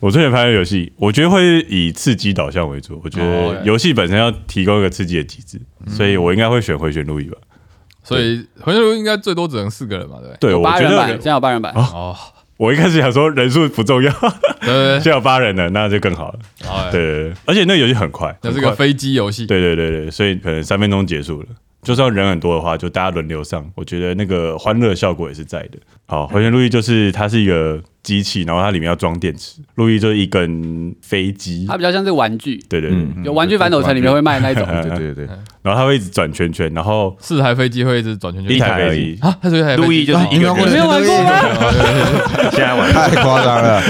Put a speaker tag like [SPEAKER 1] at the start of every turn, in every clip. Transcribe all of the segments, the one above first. [SPEAKER 1] 我最喜欢拍的游戏，我觉得会以刺激导向为主。我觉
[SPEAKER 2] 哦
[SPEAKER 1] 得游戏本身要提供一个刺激的机制，所以我应该会选回旋路易吧。
[SPEAKER 2] 所以回旋路应该最多只能四个人嘛，对不对？
[SPEAKER 1] 对，我
[SPEAKER 3] 八
[SPEAKER 1] 觉
[SPEAKER 3] 人版，
[SPEAKER 1] 得
[SPEAKER 3] 现在有八人版，
[SPEAKER 2] 哦，
[SPEAKER 1] 我一开始想说人数不重要，
[SPEAKER 2] 对对
[SPEAKER 1] 现在有八人了，那就更好了。
[SPEAKER 2] 对，好，哎
[SPEAKER 1] 对对对，而且那个游戏很快，
[SPEAKER 2] 那是
[SPEAKER 1] 很
[SPEAKER 2] 个
[SPEAKER 1] 快
[SPEAKER 2] 飞机游戏，
[SPEAKER 1] 对对对对，所以可能三分钟结束了。就算人很多的话，就大家轮流上，我觉得那个欢乐效果也是在的。好，回旋路易就是它是一个机器，然后它里面要装电池，路易就是一根飞机
[SPEAKER 3] 它。比较像是玩具，
[SPEAKER 1] 对对对，
[SPEAKER 4] 嗯
[SPEAKER 3] 有玩具反斗城里面会卖那一种，
[SPEAKER 1] 啊
[SPEAKER 4] 对对对对，
[SPEAKER 1] 然后它会一直转圈圈，然后
[SPEAKER 2] 四台飞机会一直转圈圈
[SPEAKER 1] 一
[SPEAKER 4] 台
[SPEAKER 1] 台
[SPEAKER 4] 而
[SPEAKER 1] 飞
[SPEAKER 4] 已
[SPEAKER 1] 机，
[SPEAKER 2] 啊，它是一台飞机
[SPEAKER 4] 路易就是一个
[SPEAKER 2] 啊
[SPEAKER 3] 你
[SPEAKER 4] 人
[SPEAKER 3] 没有玩过吗？
[SPEAKER 4] 现在玩
[SPEAKER 5] 太夸张了，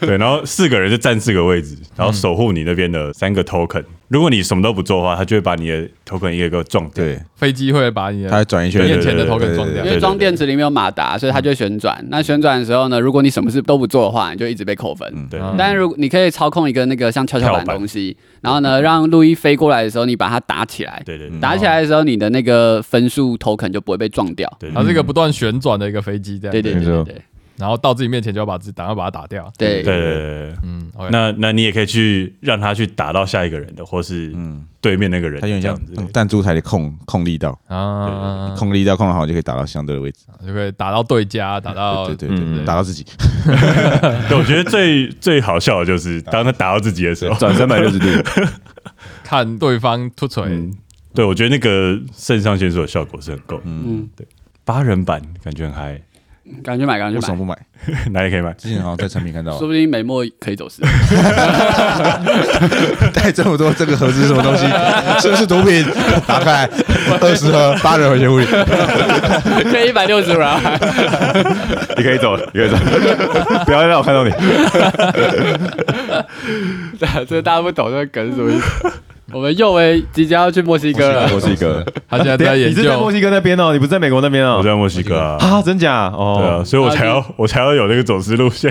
[SPEAKER 1] 对，然后四个人就占四个位置，然后守护你那边的三个 token。如果你什么都不做的话，他就会把你的 token 一个一个撞掉。
[SPEAKER 5] 对，
[SPEAKER 2] 飞机会把你的
[SPEAKER 5] 他还转一圈，
[SPEAKER 2] 面前
[SPEAKER 1] 对对
[SPEAKER 2] 的
[SPEAKER 1] 对
[SPEAKER 2] 头给撞掉
[SPEAKER 3] 因。为装电池里面有马达，所以它就会旋转。那旋转的时候呢，如果你什么事都不做的话，你就一直被扣分。
[SPEAKER 5] 嗯
[SPEAKER 1] 对
[SPEAKER 2] 嗯
[SPEAKER 3] 但如果你可以操控一个那个像跷跷板
[SPEAKER 1] 跳
[SPEAKER 3] 的
[SPEAKER 1] 板
[SPEAKER 3] 东西，然后呢，让路易飞过来的时候，你把它打起来。
[SPEAKER 1] 对对
[SPEAKER 5] 嗯
[SPEAKER 1] 对
[SPEAKER 3] 打起来的时候，你的那个分数头肯就不会被撞掉。
[SPEAKER 1] 对，
[SPEAKER 2] 它是一个不断旋转的一个飞机，这样
[SPEAKER 3] 对对对
[SPEAKER 5] 没错
[SPEAKER 3] 对对
[SPEAKER 2] 然后到自己面前就要把自己打，要把它打掉。
[SPEAKER 3] 对
[SPEAKER 1] 对对对对。
[SPEAKER 2] 嗯，OK，
[SPEAKER 1] 那那你也可以去让他去打到下一个人的，或是
[SPEAKER 5] 嗯，
[SPEAKER 1] 对面那个人，
[SPEAKER 5] 他有点
[SPEAKER 1] 这
[SPEAKER 5] 像
[SPEAKER 1] 样子。
[SPEAKER 5] 嗯弹珠台的控控力道，
[SPEAKER 2] 啊，
[SPEAKER 5] 控力道控得好就可以打到相对的位置，
[SPEAKER 2] 就可以打到对家，打到
[SPEAKER 5] 对对对
[SPEAKER 4] 嗯
[SPEAKER 5] 对，打到自己，
[SPEAKER 1] 对，我觉得最最好笑的就是当他打到自己的时候，
[SPEAKER 4] 转三百六十度，
[SPEAKER 2] 看对方突锤。
[SPEAKER 1] 嗯，对我觉得那个肾上腺素的效果是很够。
[SPEAKER 3] 嗯，
[SPEAKER 1] 八人版感觉很嗨，
[SPEAKER 3] 赶紧买，赶紧
[SPEAKER 5] 为什么
[SPEAKER 3] 买，
[SPEAKER 5] 不买？
[SPEAKER 1] 哪里可以买？
[SPEAKER 5] 之前好像在成品看到啊，
[SPEAKER 3] 说不定美墨可以走私。
[SPEAKER 5] 带这么多，这个盒子是什么东西？是不是毒品？ 打开来，二十盒，八人回旋物里。
[SPEAKER 3] 可以一百六十啊！
[SPEAKER 4] 你可以走了，你可以走了， 不要让我看到你。
[SPEAKER 3] 这大家不懂这个梗是什么意思。我们佑威即将要去墨西哥了，
[SPEAKER 4] 墨西哥，
[SPEAKER 2] 他现在
[SPEAKER 4] 等一下
[SPEAKER 2] 在研
[SPEAKER 4] 你是在墨
[SPEAKER 2] 究，
[SPEAKER 4] 西哥那边啊哦，你不是在美国那边
[SPEAKER 1] 我
[SPEAKER 4] 哦？
[SPEAKER 1] 在墨西哥啊，
[SPEAKER 4] 啊，真假？
[SPEAKER 1] 对啊，
[SPEAKER 4] 哦，
[SPEAKER 1] 所以我才要我才要有那个走私路 线。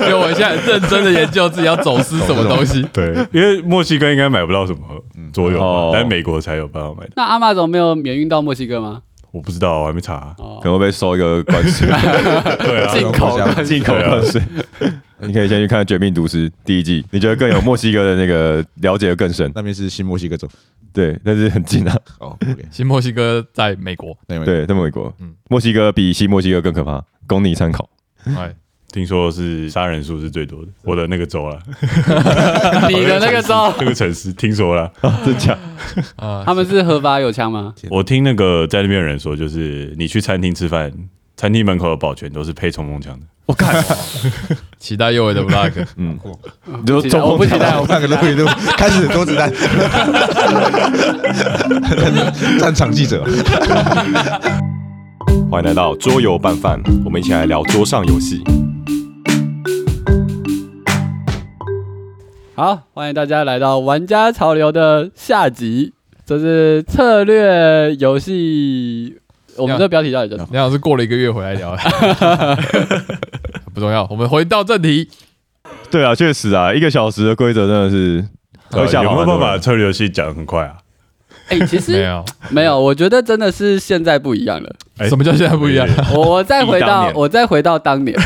[SPEAKER 2] 因为我现在很认真的研究自己要走私什么东西。
[SPEAKER 1] 对，因为墨西哥应该买不到什么桌游吧，
[SPEAKER 4] 哦
[SPEAKER 1] 但美国才有办法买的。
[SPEAKER 3] 那阿玛总没有免运到墨西哥吗？
[SPEAKER 1] 我不知道，啊我还没查、
[SPEAKER 3] 哦
[SPEAKER 4] 可，能会被收一个关 税，
[SPEAKER 1] 对啊，
[SPEAKER 3] 进口
[SPEAKER 5] 这样
[SPEAKER 4] 进口关税。啊 你可以先去看《绝命毒师》第一季，你觉得更有墨西哥的那个了解得更深。
[SPEAKER 5] 那边是新墨西哥州。
[SPEAKER 4] 对，但是很近啊。
[SPEAKER 5] 哦，OK，
[SPEAKER 2] 新墨西哥在美国，
[SPEAKER 5] 那你们
[SPEAKER 4] 对，在美国
[SPEAKER 2] 嗯，
[SPEAKER 4] 墨西哥比西墨西哥更可怕，供你参考。
[SPEAKER 2] 哎，
[SPEAKER 1] 听说是杀人数是最多的，我的那个 州啦，
[SPEAKER 3] 你的那个招，
[SPEAKER 1] 这个城市听说啦。
[SPEAKER 4] 真假？
[SPEAKER 2] 啊，
[SPEAKER 3] 他们是合法有枪吗？
[SPEAKER 1] 我听那个在那边的人说，就是你去餐厅吃饭，餐厅门口的保全都是配冲锋枪的。
[SPEAKER 2] 我看，期待右尾的 vlog，
[SPEAKER 4] 嗯，你就
[SPEAKER 3] 期待我不期待，我
[SPEAKER 5] 我
[SPEAKER 3] 不
[SPEAKER 5] 那个录一录，开始多子弹，战场记者，
[SPEAKER 4] 欢迎来到桌游拌饭，我们一起来聊桌上游戏。
[SPEAKER 3] 好，欢迎大家来到玩家潮流的下集，这是策略游戏。我们这标题到底叫什么？
[SPEAKER 2] 梁老师过了一个月回来聊， 不重要，我们回到正题。
[SPEAKER 4] 对啊，确实啊，一个小时的规则真的是
[SPEAKER 1] 呃
[SPEAKER 4] 会吓
[SPEAKER 1] 有没
[SPEAKER 4] 跑
[SPEAKER 1] 有
[SPEAKER 4] 很多
[SPEAKER 1] 办
[SPEAKER 4] 人
[SPEAKER 1] 法策略游戏讲得很快啊？
[SPEAKER 3] 哎、其
[SPEAKER 2] 没
[SPEAKER 3] 实
[SPEAKER 2] 有，
[SPEAKER 3] 没有，我觉得真的是现在不一样 了。
[SPEAKER 1] 哎
[SPEAKER 2] 什么叫现在不一样？
[SPEAKER 3] 我我再回
[SPEAKER 4] 忆当
[SPEAKER 3] 到
[SPEAKER 4] 年
[SPEAKER 3] 我再回到当 年，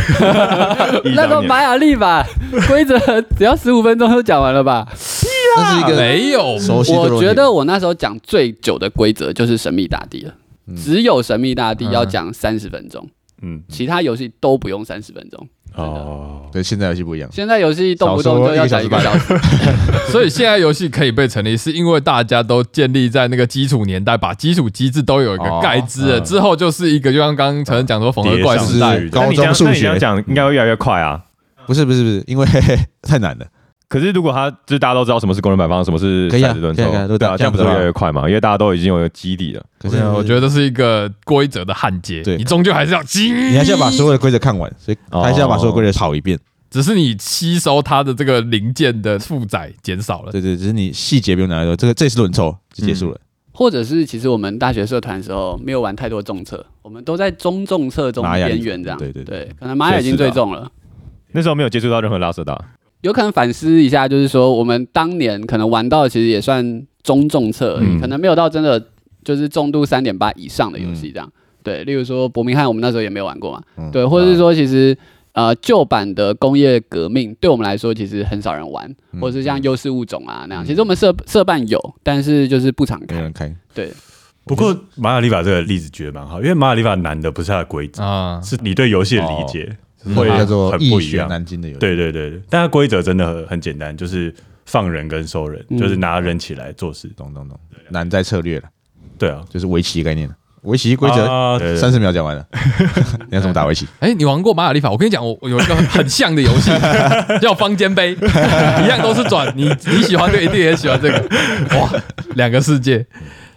[SPEAKER 4] 忆
[SPEAKER 3] 那
[SPEAKER 4] 当
[SPEAKER 3] 个
[SPEAKER 4] 年
[SPEAKER 3] 玛雅历吧，规则只要十五分钟就讲完了吧？
[SPEAKER 5] 那是一个
[SPEAKER 2] 没有，
[SPEAKER 5] 熟悉的逻辑。
[SPEAKER 3] 我觉得我那时候讲最久的规则就是神秘大地了，
[SPEAKER 4] 嗯
[SPEAKER 3] 只有神秘大地要
[SPEAKER 2] 啊
[SPEAKER 3] 讲三十分钟，
[SPEAKER 1] 嗯，
[SPEAKER 3] 其他游戏都不用三十分钟。
[SPEAKER 1] 哦，
[SPEAKER 5] 对现在游戏不一样，
[SPEAKER 3] 现在游戏动不动就要讲一个小时，
[SPEAKER 2] 所以现在游戏可以被成立，是因为大家都建立在那个基础年代，把基础机制都有一个
[SPEAKER 5] 哦
[SPEAKER 2] 盖知了，
[SPEAKER 4] 嗯
[SPEAKER 2] 之后就是一个，就像刚刚陈恩
[SPEAKER 5] 嗯
[SPEAKER 2] 讲说，缝合怪
[SPEAKER 1] 叠上
[SPEAKER 2] 时代
[SPEAKER 1] 去，
[SPEAKER 5] 高中数
[SPEAKER 4] 那你这
[SPEAKER 5] 学
[SPEAKER 4] 样讲应该会越来越快啊。
[SPEAKER 5] 不是不是不是，因为 太难了。
[SPEAKER 4] 可是如果他就是大家都知道什么是功能摆放，什么是
[SPEAKER 5] 可以啊
[SPEAKER 4] 骰子轮抽
[SPEAKER 5] 可以啊可以啊，都
[SPEAKER 4] 对啊，
[SPEAKER 5] 这
[SPEAKER 4] 这
[SPEAKER 5] 样
[SPEAKER 4] 样
[SPEAKER 5] 不错
[SPEAKER 4] 不是
[SPEAKER 5] 啊
[SPEAKER 4] 越来越快嘛？因为大家都已经有基底了。
[SPEAKER 5] 可是
[SPEAKER 2] 我觉得这是一个规则的焊接，
[SPEAKER 5] 对
[SPEAKER 2] 你终究还是要记，
[SPEAKER 5] 你还是要把所有的规则看完，所以还是要把所有规则跑一遍。
[SPEAKER 2] 只是你吸收它的这个零件的负载减少了。
[SPEAKER 5] 对对，只是你细节不用拿来说，这个这次轮抽就结束了。
[SPEAKER 3] 或者是其实我们大学社团的时候没有玩太多重测，我们都在中重测中
[SPEAKER 5] 玛雅
[SPEAKER 3] 边缘这样。
[SPEAKER 5] 对对
[SPEAKER 3] 对，可能玛雅已经最重了。
[SPEAKER 4] 那时候没有接触到任何拉瑟达，
[SPEAKER 3] 有可能反思一下，就是说我们当年可能玩到的其实也算中重测而已，
[SPEAKER 2] 嗯
[SPEAKER 3] 可能没有到真的就是重度三点八以上的游戏这样。对，例如说伯明翰，我们那时候也没有玩过嘛。
[SPEAKER 5] 嗯
[SPEAKER 3] 对，或者是说其实。呃旧版的工业革命，对我们来说其实很少人玩，或者是像优势物种啊那样。其实我们社社办有，但是就是不常
[SPEAKER 5] 没
[SPEAKER 3] 开。
[SPEAKER 5] 人开，
[SPEAKER 3] 对，
[SPEAKER 1] 不过马尔里法这个例子觉得蛮好，因为马尔里法难的不是它的规则，
[SPEAKER 2] 啊，
[SPEAKER 1] 是你对游戏的理解会
[SPEAKER 5] 哦会叫做
[SPEAKER 1] 很不
[SPEAKER 5] 一
[SPEAKER 1] 一
[SPEAKER 5] 学
[SPEAKER 1] 样。
[SPEAKER 5] 难精的游戏。
[SPEAKER 1] 对对对对，但它规则真的很很简单，就是放人跟收人，
[SPEAKER 3] 嗯
[SPEAKER 1] 就是拿人起来做事。
[SPEAKER 5] 懂懂懂，难在策略了，
[SPEAKER 1] 对啊，
[SPEAKER 5] 就是围棋的概念了。围棋规则
[SPEAKER 1] 啊对对
[SPEAKER 5] 三十秒讲完了，你要怎么打围棋？
[SPEAKER 2] 哎，你玩过马尔利法？我跟你讲，我我有一个很很像的游 戏，叫方尖碑，一样都是转，你你喜欢这个，一定也喜欢这个，哇，两个世界，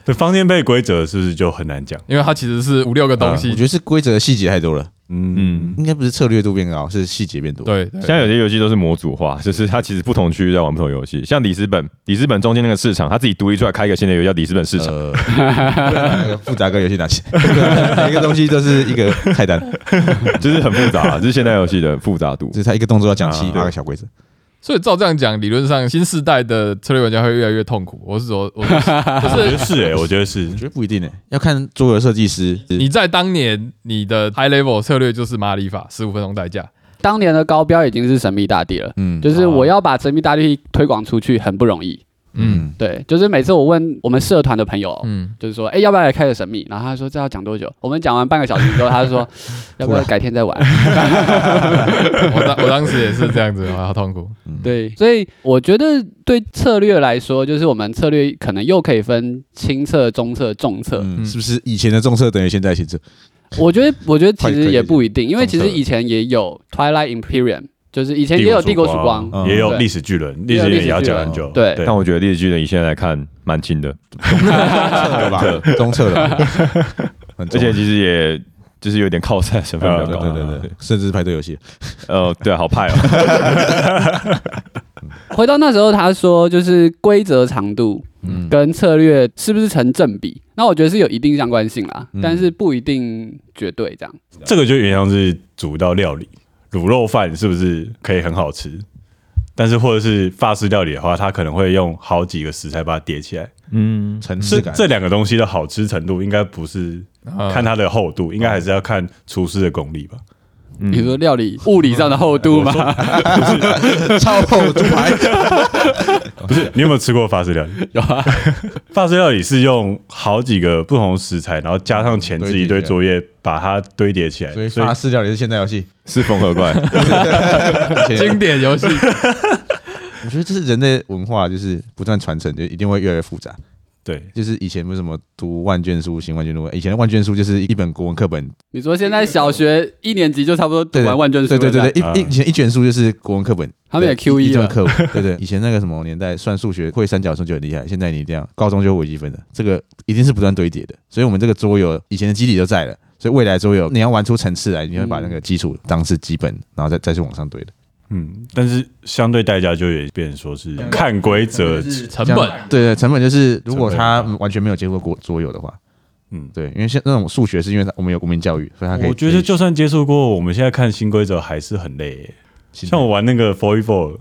[SPEAKER 1] 对方天被规则是不是就很难讲？
[SPEAKER 2] 因为它其实是五六个东
[SPEAKER 5] 嗯我
[SPEAKER 2] 西
[SPEAKER 5] 觉，得是规则细节太多了，
[SPEAKER 1] 嗯，
[SPEAKER 5] 应该不是策略度变高，是细节变多。
[SPEAKER 2] 对，对
[SPEAKER 4] 现在有些游戏都是模组化，就是它其实不同区域在玩不同游戏。像里斯本，里斯本中间那个市场，它自己独立出来开一个新的游戏叫里斯本市场。
[SPEAKER 5] 呃，那个复杂跟游戏拿起，每个东西都 是一个菜单，呃
[SPEAKER 4] 就是很复杂、就是现代游戏的复杂度
[SPEAKER 5] 就。是他一个动作要讲七
[SPEAKER 1] 啊
[SPEAKER 5] 八个小规则。
[SPEAKER 2] 所以照这样讲，理论上新时代的策略玩家会越来越痛苦。我是说，我
[SPEAKER 1] 我觉得是哎，我觉得是
[SPEAKER 5] 我觉得不一定欸嗯诶，要看桌游设计师。
[SPEAKER 2] 你在当年你的 high level 策略就是马里法十五分钟代价，
[SPEAKER 3] 当年的高标已经是神秘大地了，
[SPEAKER 5] 嗯，
[SPEAKER 3] 就是我要把神秘大地推广出去很不容易。
[SPEAKER 2] 嗯
[SPEAKER 3] 对，就是每次我问我们社团的朋友，
[SPEAKER 2] 嗯，
[SPEAKER 3] 就是说，哎、要不要来开个神秘？然后他说这要讲多久？我们讲完半个小时之后，他就 说要不要改天再玩？
[SPEAKER 2] 我当我当时也是这样子，我好痛苦。
[SPEAKER 3] 对，所以我觉得对策略来说，就是我们策略可能又可以分轻策、中策、重策。
[SPEAKER 5] 嗯，是不是以前的重策等于现在的轻 策？
[SPEAKER 3] 我觉得，我觉得其
[SPEAKER 5] 快可
[SPEAKER 3] 实
[SPEAKER 5] 以
[SPEAKER 3] 也不一定，因为
[SPEAKER 5] 中
[SPEAKER 3] 其
[SPEAKER 5] 策
[SPEAKER 3] 实以前也有 Twilight Imperium，就是以前也有帝国曙光。
[SPEAKER 5] 嗯
[SPEAKER 1] 也有
[SPEAKER 3] 对
[SPEAKER 1] 历史巨人，历
[SPEAKER 3] 也有
[SPEAKER 1] 史巨
[SPEAKER 3] 历
[SPEAKER 1] 人
[SPEAKER 3] 史
[SPEAKER 1] 也要
[SPEAKER 3] 巨
[SPEAKER 1] 讲
[SPEAKER 5] 人
[SPEAKER 1] 很久。
[SPEAKER 3] 对
[SPEAKER 1] 对
[SPEAKER 4] 但，我觉得《猎巨人》以现在来看蛮轻的，
[SPEAKER 5] 哦策吧，中策 的，很
[SPEAKER 4] 而
[SPEAKER 5] 重啊
[SPEAKER 4] 且其实也就是有点靠 赛的成分比
[SPEAKER 5] 对
[SPEAKER 4] 较高。
[SPEAKER 5] 哦对对对，甚至是排队游戏，
[SPEAKER 4] 呃，对，好 派哦。
[SPEAKER 3] 回到那时候，他说就是规则长度
[SPEAKER 5] 嗯，
[SPEAKER 3] 跟策略是不是成正比？那我觉得是有一定相关性啦，
[SPEAKER 5] 嗯
[SPEAKER 3] 但是不一定绝对这样。
[SPEAKER 1] 这个就有点像是煮到料理，卤肉饭是不是可以很好吃？但是或者是法式料理的话，它可能会用好几个食材把它叠起来。
[SPEAKER 4] 嗯，
[SPEAKER 5] 层
[SPEAKER 1] 这
[SPEAKER 5] 次感。
[SPEAKER 1] 这两个东西的好吃程度，应该不是
[SPEAKER 5] 啊
[SPEAKER 2] 呃
[SPEAKER 1] 看它的厚度，应该还是要看厨师的功 力吧。
[SPEAKER 5] 嗯
[SPEAKER 3] 比如说料理物理上的厚度嘛，
[SPEAKER 5] 超厚猪 排，
[SPEAKER 1] 不是，你有没有吃过法式料 理？
[SPEAKER 3] 有啊，
[SPEAKER 1] 法式料理是用好几个不同食材，然后加上前置一堆作业，把它堆叠起来。
[SPEAKER 5] 所以
[SPEAKER 1] 所以
[SPEAKER 5] 法式料理是现代游 戏。
[SPEAKER 4] 是缝合怪，
[SPEAKER 2] 经典游戏，
[SPEAKER 5] 我觉得这是人类文化，就是不断传承，就一定会越来越复杂。
[SPEAKER 1] 对，
[SPEAKER 5] 就是以前为什么读万卷书、行万卷路，以前的万卷书就是一本国文课本，
[SPEAKER 3] 你说现在小学一年级就差不多读
[SPEAKER 5] 对
[SPEAKER 3] 完万卷书
[SPEAKER 5] 对
[SPEAKER 3] 了，
[SPEAKER 5] 对对
[SPEAKER 3] 这样，
[SPEAKER 5] 对，一一以前一卷书就是国文课本，
[SPEAKER 3] 他们也
[SPEAKER 5] 对
[SPEAKER 3] Q E 啊
[SPEAKER 5] 一
[SPEAKER 3] 一
[SPEAKER 5] 卷
[SPEAKER 3] 了。
[SPEAKER 5] 课文，对对，以前那个什么年代算数学会三角形就很厉害，现在你这样高中就微积分的，这个一定是不断堆叠的，所以我们这个桌游以前的基底都在了。所以未来桌游，你要玩出层次来，你会把那个基础当是基本，然后再再去往上堆的。
[SPEAKER 1] 嗯，但是相对代价就也变成说是看规则，
[SPEAKER 2] 成
[SPEAKER 5] 这
[SPEAKER 2] 本
[SPEAKER 5] 样对对，成本就是如果
[SPEAKER 1] 成本
[SPEAKER 5] 他完全没有接触过桌游的话，
[SPEAKER 1] 嗯。
[SPEAKER 5] 对，因为像那种数学是因为它我们有国民教育，所以他可以。
[SPEAKER 1] 我觉得就算接触过，我们现在看新规则还是很累耶、像我玩那个 Four e Four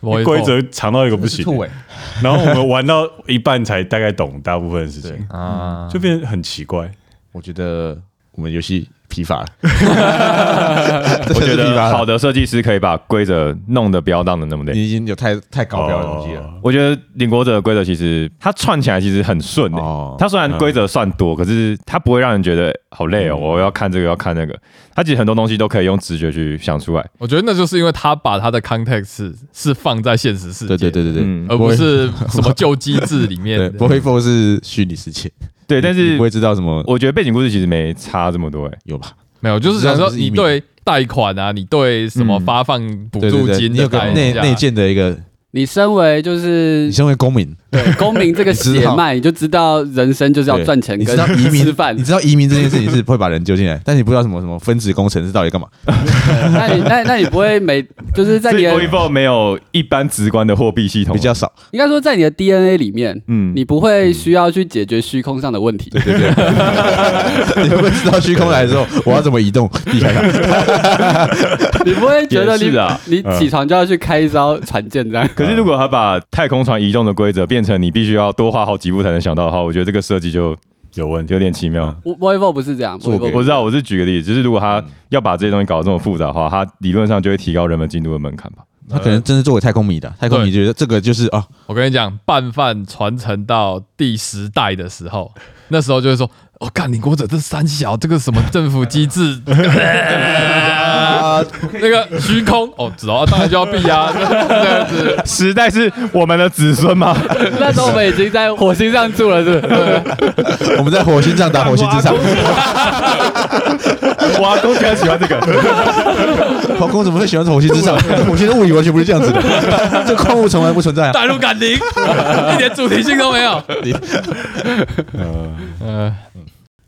[SPEAKER 2] 我也
[SPEAKER 1] 规则长到一个不行，
[SPEAKER 5] 吐尾，
[SPEAKER 1] 然后我们玩到一半才大概懂大部分的事情，
[SPEAKER 2] 啊，
[SPEAKER 1] 就变得很奇怪。
[SPEAKER 5] 我觉得我们游戏疲乏了。
[SPEAKER 4] 我觉
[SPEAKER 5] 真的是疲乏
[SPEAKER 4] 得
[SPEAKER 5] 了
[SPEAKER 4] 好的设计师可以把规则弄得不要当的那么累。
[SPEAKER 5] 你已经有太太高标的啊东西了。
[SPEAKER 1] 哦
[SPEAKER 4] 我觉得《领国者》的规则其实它串起来其实很顺的、
[SPEAKER 5] 哦，
[SPEAKER 4] 它虽然规则算多，可是它不会让人觉得好累哦，
[SPEAKER 5] 嗯
[SPEAKER 4] 我要看这个要看那个。它其实很多东西都可以用直觉去想出来。
[SPEAKER 2] 我觉得那就是因为他把他的 context 是是放在现实世界，
[SPEAKER 5] 对对，对对哦对，
[SPEAKER 4] 嗯，
[SPEAKER 2] 而不是什么旧机制里
[SPEAKER 5] 对
[SPEAKER 2] 面的。
[SPEAKER 5] b o y f o 是虚拟世界，
[SPEAKER 4] 对，但
[SPEAKER 5] 你
[SPEAKER 4] 是
[SPEAKER 5] 不会知道什么
[SPEAKER 4] 我觉得背景故事其实没差这么多、欸，
[SPEAKER 5] 有吧？
[SPEAKER 2] 没有，就是想说
[SPEAKER 5] 这样不是移
[SPEAKER 2] 你
[SPEAKER 5] 民
[SPEAKER 2] 对贷款啊，你对什么
[SPEAKER 4] 嗯
[SPEAKER 2] 发放补
[SPEAKER 5] 对对
[SPEAKER 2] 助
[SPEAKER 5] 对，
[SPEAKER 2] 金
[SPEAKER 5] 你有
[SPEAKER 2] 的
[SPEAKER 5] 个
[SPEAKER 2] 代
[SPEAKER 5] 内
[SPEAKER 2] 价
[SPEAKER 5] 内建的一个，
[SPEAKER 3] 你身为就是
[SPEAKER 5] 你身为公民，
[SPEAKER 3] 对公民这个
[SPEAKER 5] 知道
[SPEAKER 3] 血脉，你就知道人生就是要
[SPEAKER 5] 对
[SPEAKER 3] 赚钱
[SPEAKER 5] 你
[SPEAKER 3] 跟
[SPEAKER 5] 知道移民
[SPEAKER 3] 吃饭
[SPEAKER 5] 你。知道移民这件事情是会把人揪进来，但你不知道什么什么分子工程是到底干嘛。
[SPEAKER 3] 对那你那那你不会每就是在
[SPEAKER 4] 所
[SPEAKER 3] 你
[SPEAKER 4] 以 o
[SPEAKER 3] 的
[SPEAKER 4] i v o 没有一般直观的货币系统
[SPEAKER 5] 比。较少，
[SPEAKER 3] 应该说在你的 DNA 里面，
[SPEAKER 4] 嗯
[SPEAKER 3] 你不会需要去解决虚空上的问题。
[SPEAKER 5] 对对对， 你会不会知道虚空来的时候我要怎么移动避开它？
[SPEAKER 3] 你不会觉得
[SPEAKER 4] 也
[SPEAKER 3] 你
[SPEAKER 4] 是啊
[SPEAKER 3] 你起床就要去开一艘船舰这样。
[SPEAKER 4] 可是如果他把太空船移动的规则变成你必须要多花好几步才能想到的话，我觉得这个设计就
[SPEAKER 1] 有问题
[SPEAKER 4] 有。点奇妙。
[SPEAKER 3] w i f o 不是这样
[SPEAKER 5] 做给
[SPEAKER 4] 我
[SPEAKER 3] ，Voivo
[SPEAKER 4] 知道，我是举个例子，就是如果他要把这些东西搞得这么复杂的话，他理论上就会提高人们进度的门槛吧。
[SPEAKER 5] 他可能真是做给太空迷的，太空迷觉得这个就是啊，
[SPEAKER 2] 我跟你讲，拌饭传承到第十代的时候， 那时候就会说：“我、哦、干，领国者这三小这个什么政府机制， 那个虚空哦，只要当然就要避啊， 这样子。
[SPEAKER 4] 时代是我们的子孙吗？
[SPEAKER 3] 那时候我们已经在 火星上住了，是不是？
[SPEAKER 5] 我们在火星上打火星之上，
[SPEAKER 4] 我啊阿公居然喜欢这个，
[SPEAKER 5] 航空怎么会喜欢火星之上？火星的物理完全不是这样子的，这矿物从来不存在啊。
[SPEAKER 2] 带入感情， 一点主题性都没有。
[SPEAKER 1] 嗯，
[SPEAKER 2] 呃，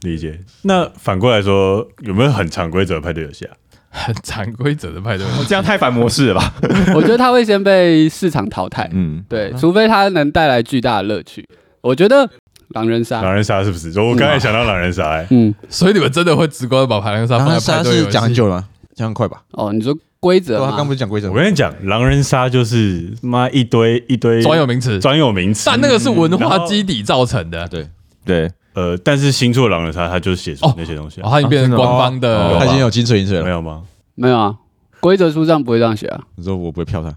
[SPEAKER 1] 理解。那反过来说，有没有很常规则的派对游戏啊？
[SPEAKER 2] 很常规则的派对，
[SPEAKER 4] 这样太反模式了吧？
[SPEAKER 3] 我觉得他会先被市场淘汰，
[SPEAKER 4] 嗯，
[SPEAKER 3] 对，除非他能带来巨大的乐趣。我觉得狼人
[SPEAKER 2] 啊
[SPEAKER 3] 杀，
[SPEAKER 1] 狼人杀是不是？我刚才想到狼人杀、欸，
[SPEAKER 3] 嗯，
[SPEAKER 2] 所以你们真的会直观的把排狼杀
[SPEAKER 5] 然
[SPEAKER 2] 放
[SPEAKER 5] 后
[SPEAKER 2] 在
[SPEAKER 5] 他
[SPEAKER 2] 派
[SPEAKER 5] 杀
[SPEAKER 2] 对
[SPEAKER 5] 是
[SPEAKER 2] 游
[SPEAKER 5] 讲很
[SPEAKER 2] 戏？
[SPEAKER 5] 久了吗，讲很快吧？
[SPEAKER 3] 哦，你说规
[SPEAKER 5] 对
[SPEAKER 3] 则
[SPEAKER 5] 啊，他刚
[SPEAKER 3] 吗
[SPEAKER 5] 不？是讲规则
[SPEAKER 1] 我
[SPEAKER 5] 吗？
[SPEAKER 1] 跟你讲，狼人杀就是妈一堆一堆
[SPEAKER 2] 专有名词，
[SPEAKER 1] 专有名词，
[SPEAKER 2] 但那个是文
[SPEAKER 1] 然
[SPEAKER 2] 化
[SPEAKER 1] 后
[SPEAKER 2] 基底造成的，
[SPEAKER 5] 对，
[SPEAKER 4] 对，
[SPEAKER 1] 呃，但是新出的狼人杀，它就是写出那些东西、
[SPEAKER 2] 哦，
[SPEAKER 1] 啊，
[SPEAKER 2] 它已经变成官方
[SPEAKER 4] 哦
[SPEAKER 5] 他
[SPEAKER 2] 的
[SPEAKER 5] 已经有金水银水
[SPEAKER 1] 没
[SPEAKER 5] 了。
[SPEAKER 1] 有吗？
[SPEAKER 3] 没有啊，规则书上不会这样写啊，
[SPEAKER 5] 你说我不会票他，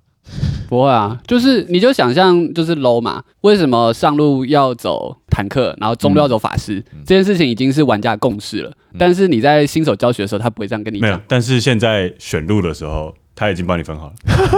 [SPEAKER 3] 不会啊，就是你就想象就是 low 嘛，为什么上路要走坦克，然后中路要走法师？这件事情已经是玩家共识了，但是你在新手教学的时候，他不会这样跟你
[SPEAKER 1] 没有
[SPEAKER 3] 讲。。
[SPEAKER 1] 但是现在选路的时候，他已经帮你分好了，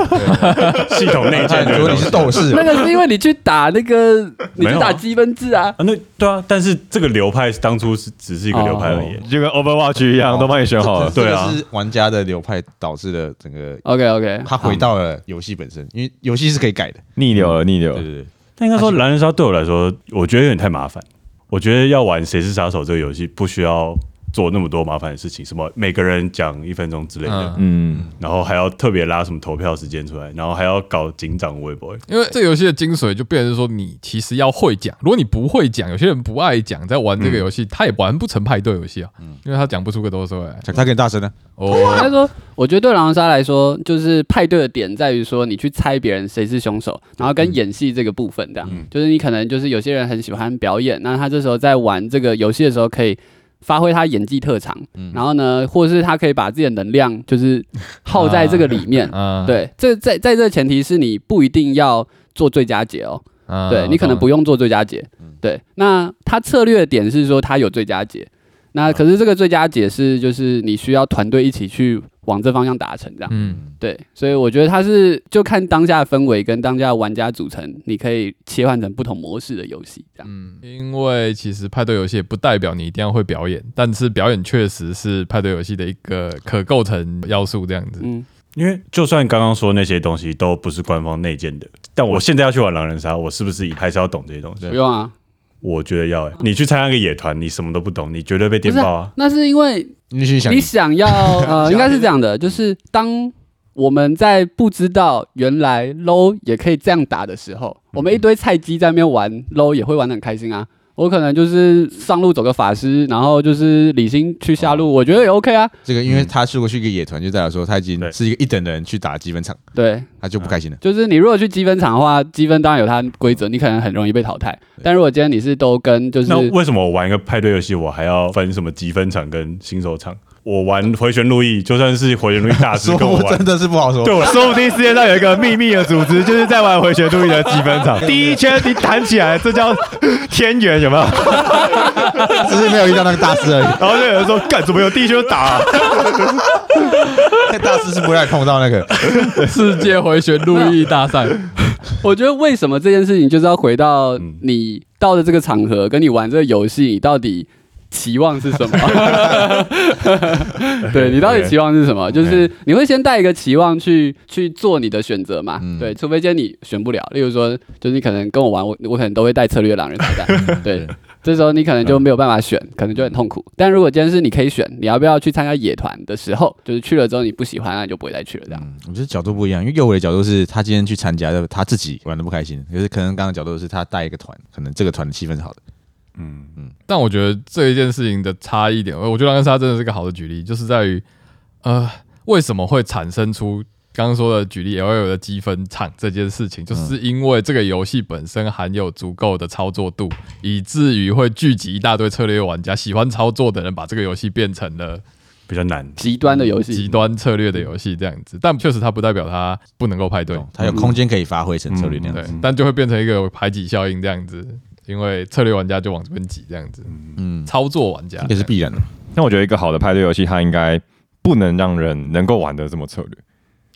[SPEAKER 1] 系统内
[SPEAKER 5] 他
[SPEAKER 1] 建的
[SPEAKER 5] 说
[SPEAKER 1] 东
[SPEAKER 5] 你
[SPEAKER 1] 西
[SPEAKER 5] 是斗士
[SPEAKER 3] 那，个是因为你去打那个，
[SPEAKER 1] 没
[SPEAKER 3] 你去
[SPEAKER 1] 有啊
[SPEAKER 3] 打积分制啊，
[SPEAKER 1] 啊，那对啊，但是这个流派是当初是只是一个流派而已。
[SPEAKER 4] 哦就跟 Overwatch 一样，都帮你选好了。
[SPEAKER 5] 哦这
[SPEAKER 1] 对
[SPEAKER 5] 个
[SPEAKER 1] 啊
[SPEAKER 5] 是玩家的流派导致的整个，
[SPEAKER 3] OK OK，
[SPEAKER 5] 他回到了游戏本身，因为游戏是可以改的。
[SPEAKER 4] 逆流了，逆流
[SPEAKER 5] 对
[SPEAKER 4] 了。
[SPEAKER 5] 对对，
[SPEAKER 1] 但应该说狼人杀对我来说，我觉得有点太麻烦。我觉得要玩《谁是杀手》这个游戏，不需要做那么多麻烦的事情，什么每个人讲一分钟之类的，
[SPEAKER 2] 嗯
[SPEAKER 4] 嗯，
[SPEAKER 1] 然后还要特别拉什么投票时间出来，然后还要搞警长微博。
[SPEAKER 2] 因为这游戏的精髓就变成是说，你其实要会讲。如果你不会讲，有些人不爱讲，在玩这个游戏，他也玩不成派对游戏啊，因为他讲不出个多说来。
[SPEAKER 5] 他更大声呢，啊
[SPEAKER 2] 哦，
[SPEAKER 3] 他说，我觉得对狼人杀来说，就是派对的点在于说，你去猜别人谁是凶手，然后跟演戏这个部分，这样、就是你可能就是有些人很喜欢表演，那他这时候在玩这个游戏的时候，可以发挥他演技特长，然后呢，或者是他可以把自己的能量就是耗在这个里面。
[SPEAKER 2] 嗯，
[SPEAKER 3] 对，这在在这前提是你不一定要做最佳解哦，
[SPEAKER 2] 嗯，
[SPEAKER 3] 对你可能不
[SPEAKER 2] 用
[SPEAKER 3] 用做最佳解。对，那他策略的点是说他有最佳解，那可是这个最佳解是就是你需要团队一起去往这方向达成这样。
[SPEAKER 2] 嗯，
[SPEAKER 3] 对，所以我觉得他是就看当下的氛围跟当下的玩家组成，你可以切换成不同模式的游戏这样。
[SPEAKER 2] 因为其实派对游戏也不代表你一定要会表演，但是表演确实是派对游戏的一个可构成要素，这样子。
[SPEAKER 3] 嗯，
[SPEAKER 1] 因为就算刚刚说那些东西都不是官方内建的，但我现在要去玩狼人杀，我是不是还是要懂这些东西？
[SPEAKER 5] 对
[SPEAKER 3] 不用啊，
[SPEAKER 1] 我觉得要、欸。你去参加个野团，你什么都不懂，你绝对被电爆啊！
[SPEAKER 3] 那是因为
[SPEAKER 5] 你去想
[SPEAKER 3] 你，想要呃，应该是这样的，就是当我们在不知道原来 low 也可以这样打的时候，我们一堆菜鸡在那边玩 low 也会玩的很开心啊。我可能就是上路走个法师，然后就是李欣去下路，我觉得也 OK 啊。
[SPEAKER 5] 这个因为他如果去一个野团，就代表说他已经
[SPEAKER 1] 对
[SPEAKER 5] 是一个一等的人去打积分场，
[SPEAKER 3] 对，
[SPEAKER 5] 他就不开心了。
[SPEAKER 3] 就是你如果去积分场的话，积分当然有它的规则，你可能很容易被淘汰。但如果今天你是都跟就是
[SPEAKER 1] 那为什么我玩一个派对游戏，我还要分什么积分场跟新手场？我玩回旋路易，就算是回旋路易大师
[SPEAKER 5] 说
[SPEAKER 1] 跟我
[SPEAKER 5] 我
[SPEAKER 1] 玩
[SPEAKER 5] 真，的是不好说，
[SPEAKER 1] 对我
[SPEAKER 4] 说不定世界上有一个秘密的组织，就是在玩回旋路易的积分场。第一圈你弹起来，这叫天元，有没有？
[SPEAKER 5] 只是没有遇到那个大师而已。
[SPEAKER 4] 然后就有人说，干怎么有第一圈就打、啊？
[SPEAKER 5] 那大师是不会让你碰到那个，
[SPEAKER 2] 世界回旋路易大赛，
[SPEAKER 3] 我觉得为什么这件事情就是要回到
[SPEAKER 1] 嗯
[SPEAKER 3] 你到的这个场合，跟你玩这个游戏，你到底期望是 什么？对你到底期望是什么？就是你会先带一个期望去去做你的选择嘛？
[SPEAKER 5] 嗯
[SPEAKER 3] 对，除非今天你选不了，例如说，就是你可能跟我玩，我我可能都会带策略狼人彩 蛋，对。这时候你可能就没有办法
[SPEAKER 2] 嗯
[SPEAKER 3] 选，可能就很痛苦。但如果今天是你可以选，你要不要去参加野团的时候，就是去了之后你不喜欢，那你就不会再去了这样。
[SPEAKER 5] 嗯，我觉得角度不一样，因为右伟的角度是他今天去参加的，他自己玩的不开心，可是可能刚刚的角度是他带一个团，可能这个团的气氛是好的，
[SPEAKER 1] 嗯，
[SPEAKER 2] 但我觉得这一件事情的差异点，我我觉得狼人杀真的是个好的举例，就是在于，呃，为什么会产生出刚刚说的举例 L O L 的积分场这件事情，
[SPEAKER 5] 嗯
[SPEAKER 2] 就是因为这个游戏本身含有足够的操作度，以至于会聚集一大堆策略玩家，喜欢操作的人把这个游戏变成了
[SPEAKER 1] 比较难。
[SPEAKER 3] 极端的游
[SPEAKER 2] 极
[SPEAKER 3] 戏，
[SPEAKER 2] 端策略的游戏这样子。但确实，它不代表它不能够派对，
[SPEAKER 5] 哦
[SPEAKER 2] 嗯
[SPEAKER 5] 它有嗯空间可以发挥成策略那样
[SPEAKER 2] 对
[SPEAKER 5] 子。，
[SPEAKER 2] 但就会变成一个排挤效应这样子，因为策略玩家就往这边挤这样子，
[SPEAKER 5] 嗯，
[SPEAKER 2] 操作玩家
[SPEAKER 5] 也是必然的。
[SPEAKER 4] 那我觉得一个好的派对游戏，它应该不能让人能够玩的这么策略，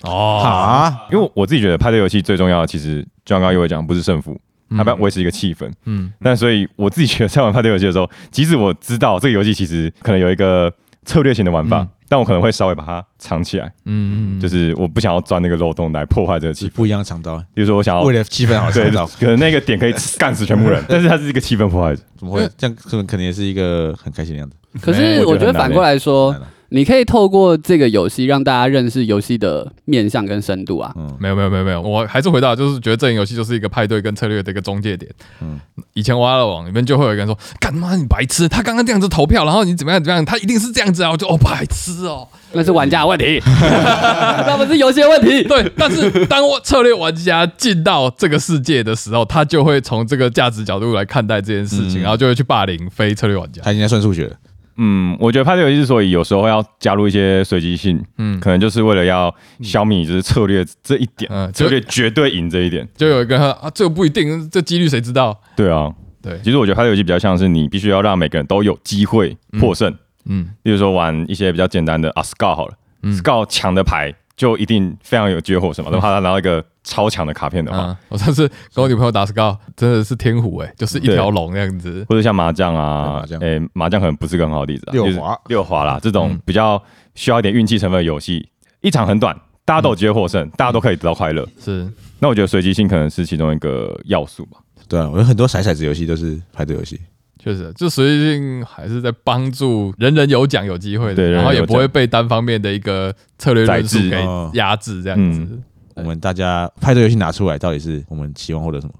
[SPEAKER 2] 哦，
[SPEAKER 5] 啊，
[SPEAKER 4] 因为我自己觉得派对游戏最重要的，其实就像刚刚有讲，不是胜负，它要维持一个气氛。
[SPEAKER 2] 嗯，
[SPEAKER 4] 那所以我自己觉得在玩派对游戏的时候，即使我知道这个游戏其实可能有一个策略型的玩法，
[SPEAKER 2] 嗯
[SPEAKER 4] 但我可能会稍微把它藏起来，
[SPEAKER 2] 嗯嗯，
[SPEAKER 4] 就是我不想要钻那个漏洞来破坏这个气
[SPEAKER 5] 是
[SPEAKER 4] 氛。
[SPEAKER 5] 不一样的长刀，
[SPEAKER 4] 比如说，我想要
[SPEAKER 5] 为了气氛好
[SPEAKER 4] 对
[SPEAKER 5] 创，造，
[SPEAKER 4] 可能那个点可以干死全部 人，但是它是一个气氛破坏者。
[SPEAKER 5] 怎么会这样？可能可能也是一个很开心的样子。
[SPEAKER 3] 可
[SPEAKER 2] 没
[SPEAKER 3] 是我
[SPEAKER 4] 我觉
[SPEAKER 3] 觉
[SPEAKER 4] 得
[SPEAKER 3] 得
[SPEAKER 4] 很难
[SPEAKER 3] 反过来说
[SPEAKER 5] 很难啊，
[SPEAKER 3] 你可以透过这个游戏让大家认识游戏的面向跟深度啊。
[SPEAKER 5] 嗯，
[SPEAKER 2] 没有没有没有没有，我还是回到就是觉得阵营游戏就是一个派对跟策略的一个中介点。
[SPEAKER 5] 嗯
[SPEAKER 2] 以前挖了网里面就会有一个人说：“干妈你白痴，他刚刚这样子投票，然后你怎么样怎么样，他一定是这样子啊！”我就哦白痴哦，
[SPEAKER 3] 那是玩家的问题，那不是游戏的问题。
[SPEAKER 2] 对。但是当我策略玩家进到这个世界的时候，他就会从这个价值角度来看待这件事情，然后就会去霸凌非策略玩家。
[SPEAKER 5] 他已经在算数学了，
[SPEAKER 4] 嗯，我觉得派对游戏之所以有时候要加入一些随机性，
[SPEAKER 2] 嗯
[SPEAKER 4] 可能就是为了要消弭就是策略这一点，
[SPEAKER 2] 嗯就
[SPEAKER 4] 策略绝对赢这一点。
[SPEAKER 2] 就有一个人说啊，这个不一定，这几率谁知道？
[SPEAKER 4] 对啊，
[SPEAKER 2] 对，
[SPEAKER 4] 其实我觉得派对游戏比较像是你必须要让每个人都有机会获胜。
[SPEAKER 2] 嗯
[SPEAKER 4] 例如说玩一些比较简单的啊 s c o u t 好了、
[SPEAKER 2] 嗯
[SPEAKER 4] s c o u t 强的牌就一定非常有机会获
[SPEAKER 5] 嗯
[SPEAKER 4] 胜嘛。哪怕他拿到一个超强的卡片的话，
[SPEAKER 2] 啊，我上次跟我女朋友打 s c o 真的是天虎哎、就是一条龙那样子。
[SPEAKER 4] 或者像麻将啊
[SPEAKER 5] 对麻，将
[SPEAKER 4] 诶、麻将可能不是个很好的例子、啊，
[SPEAKER 5] 六
[SPEAKER 4] 就
[SPEAKER 5] 华
[SPEAKER 4] 是六华啦，这种
[SPEAKER 2] 嗯
[SPEAKER 4] 比较需要一点运气成分的游戏，一场很短，大家都有机会获
[SPEAKER 5] 嗯
[SPEAKER 4] 胜，大家都可以得到快乐。
[SPEAKER 2] 是，
[SPEAKER 4] 那我觉得随机性可能是其中一个要素吧。
[SPEAKER 5] 对啊，我有很多骰骰子游戏都是派对游戏，
[SPEAKER 2] 确实，就随机性还是在帮助人人有奖有机会的，
[SPEAKER 4] 对人人
[SPEAKER 2] 然后也
[SPEAKER 4] 有
[SPEAKER 2] 不
[SPEAKER 4] 奖
[SPEAKER 2] 会被单方面的一个策略论述
[SPEAKER 4] 宰制
[SPEAKER 2] 给
[SPEAKER 5] 哦嗯
[SPEAKER 2] 压制这样子。
[SPEAKER 5] 我们大家派对游戏拿出来，到底是我们期望获得什么？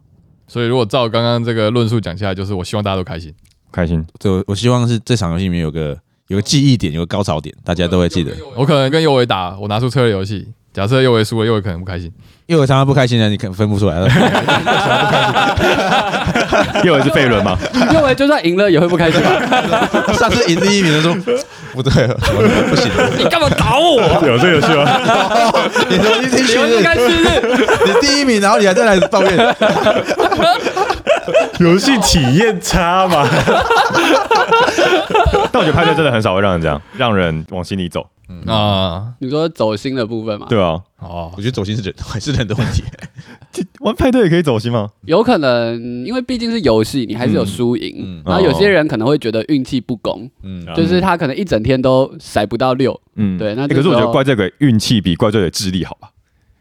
[SPEAKER 2] 所以如果照刚刚这个论述讲下来，就是我希望大家都开心，
[SPEAKER 4] 开心，
[SPEAKER 5] 就我希望是这场游戏里面有个有个记忆点，有个高潮点，大家都会记得。
[SPEAKER 2] 我可能跟右维打，我拿出策略游戏，假设右维输了，右维可能不开心。
[SPEAKER 5] 因为我常常不开心的，你可能分不出来。
[SPEAKER 4] 又一次悖论嘛。
[SPEAKER 3] 因为就算赢了也会不开心吧？
[SPEAKER 5] 上次赢第一名的时候， 不对，不行，
[SPEAKER 3] 你干嘛打我？
[SPEAKER 1] 有这个游戏吗？
[SPEAKER 5] 你说你进
[SPEAKER 3] 你
[SPEAKER 5] 去
[SPEAKER 3] 们是该吃日
[SPEAKER 5] 你第一名，然后你还在那里抱怨，
[SPEAKER 1] 游戏体验差嘛？
[SPEAKER 4] 但我觉得派对真的很少会让人这样，让人往心里走。
[SPEAKER 5] 嗯
[SPEAKER 2] 啊、
[SPEAKER 3] 你说走心的部分嘛，
[SPEAKER 4] 对啊，
[SPEAKER 2] 哦
[SPEAKER 5] 我，觉得走心是人还是人的 问题。
[SPEAKER 4] 玩派对也可以走心吗？
[SPEAKER 3] 有可能因为毕竟是游戏，你还是有输赢
[SPEAKER 5] 嗯。
[SPEAKER 3] 然后有些人可能会觉得运气不公，
[SPEAKER 5] 嗯，
[SPEAKER 3] 就是他可能一整天都甩不到六。
[SPEAKER 4] 嗯
[SPEAKER 3] 对那
[SPEAKER 4] 欸
[SPEAKER 3] 这
[SPEAKER 4] 可是我觉
[SPEAKER 3] 时
[SPEAKER 4] 得
[SPEAKER 3] 候
[SPEAKER 4] 怪这个运气比怪罪的智力好吧？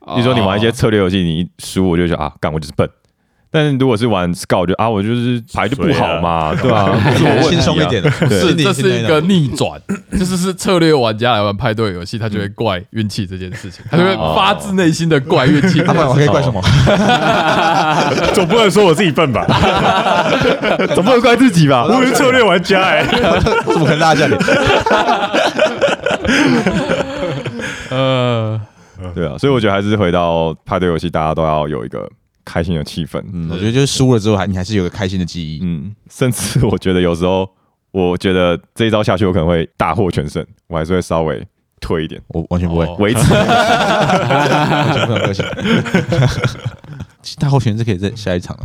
[SPEAKER 3] 哦
[SPEAKER 4] 你说你玩一些策略游戏，你一输我就觉得啊，干我就是笨。但是如果是玩 scout，我就啊，我就是牌就不好嘛， 对吧、啊？不是我问题啊
[SPEAKER 5] 轻松一点，，不
[SPEAKER 2] 是，
[SPEAKER 5] 是你
[SPEAKER 2] 这
[SPEAKER 5] 现
[SPEAKER 2] 是
[SPEAKER 5] 在
[SPEAKER 2] 一
[SPEAKER 5] 的
[SPEAKER 2] 个逆 转，就是是策略玩家来玩派对游戏，他就会怪运气这件事情，他就会发自内心的怪运气这件事情。
[SPEAKER 5] 嗯哦
[SPEAKER 2] 哦
[SPEAKER 5] 他啊们我可以怪什 么？
[SPEAKER 1] 总不能说我自己笨吧？
[SPEAKER 4] 总不能怪自己吧？
[SPEAKER 1] 我是策略玩家哎、
[SPEAKER 5] 我怎么可能拉下你？
[SPEAKER 2] 呃，
[SPEAKER 4] 对啊，所以我觉得还是回到派对游戏，大家都要有一个开心的气氛。
[SPEAKER 5] 嗯，我觉得就是输了之后，还你还是有个开心的记忆。
[SPEAKER 4] 嗯，甚至我觉得有时候，我觉得这一招下去，我可能会大获全胜，我还是会稍微退一点，
[SPEAKER 5] 我完全不会，
[SPEAKER 2] 哦
[SPEAKER 4] 维持。
[SPEAKER 5] 完全不能行。其实大候选人是可以在下一场了。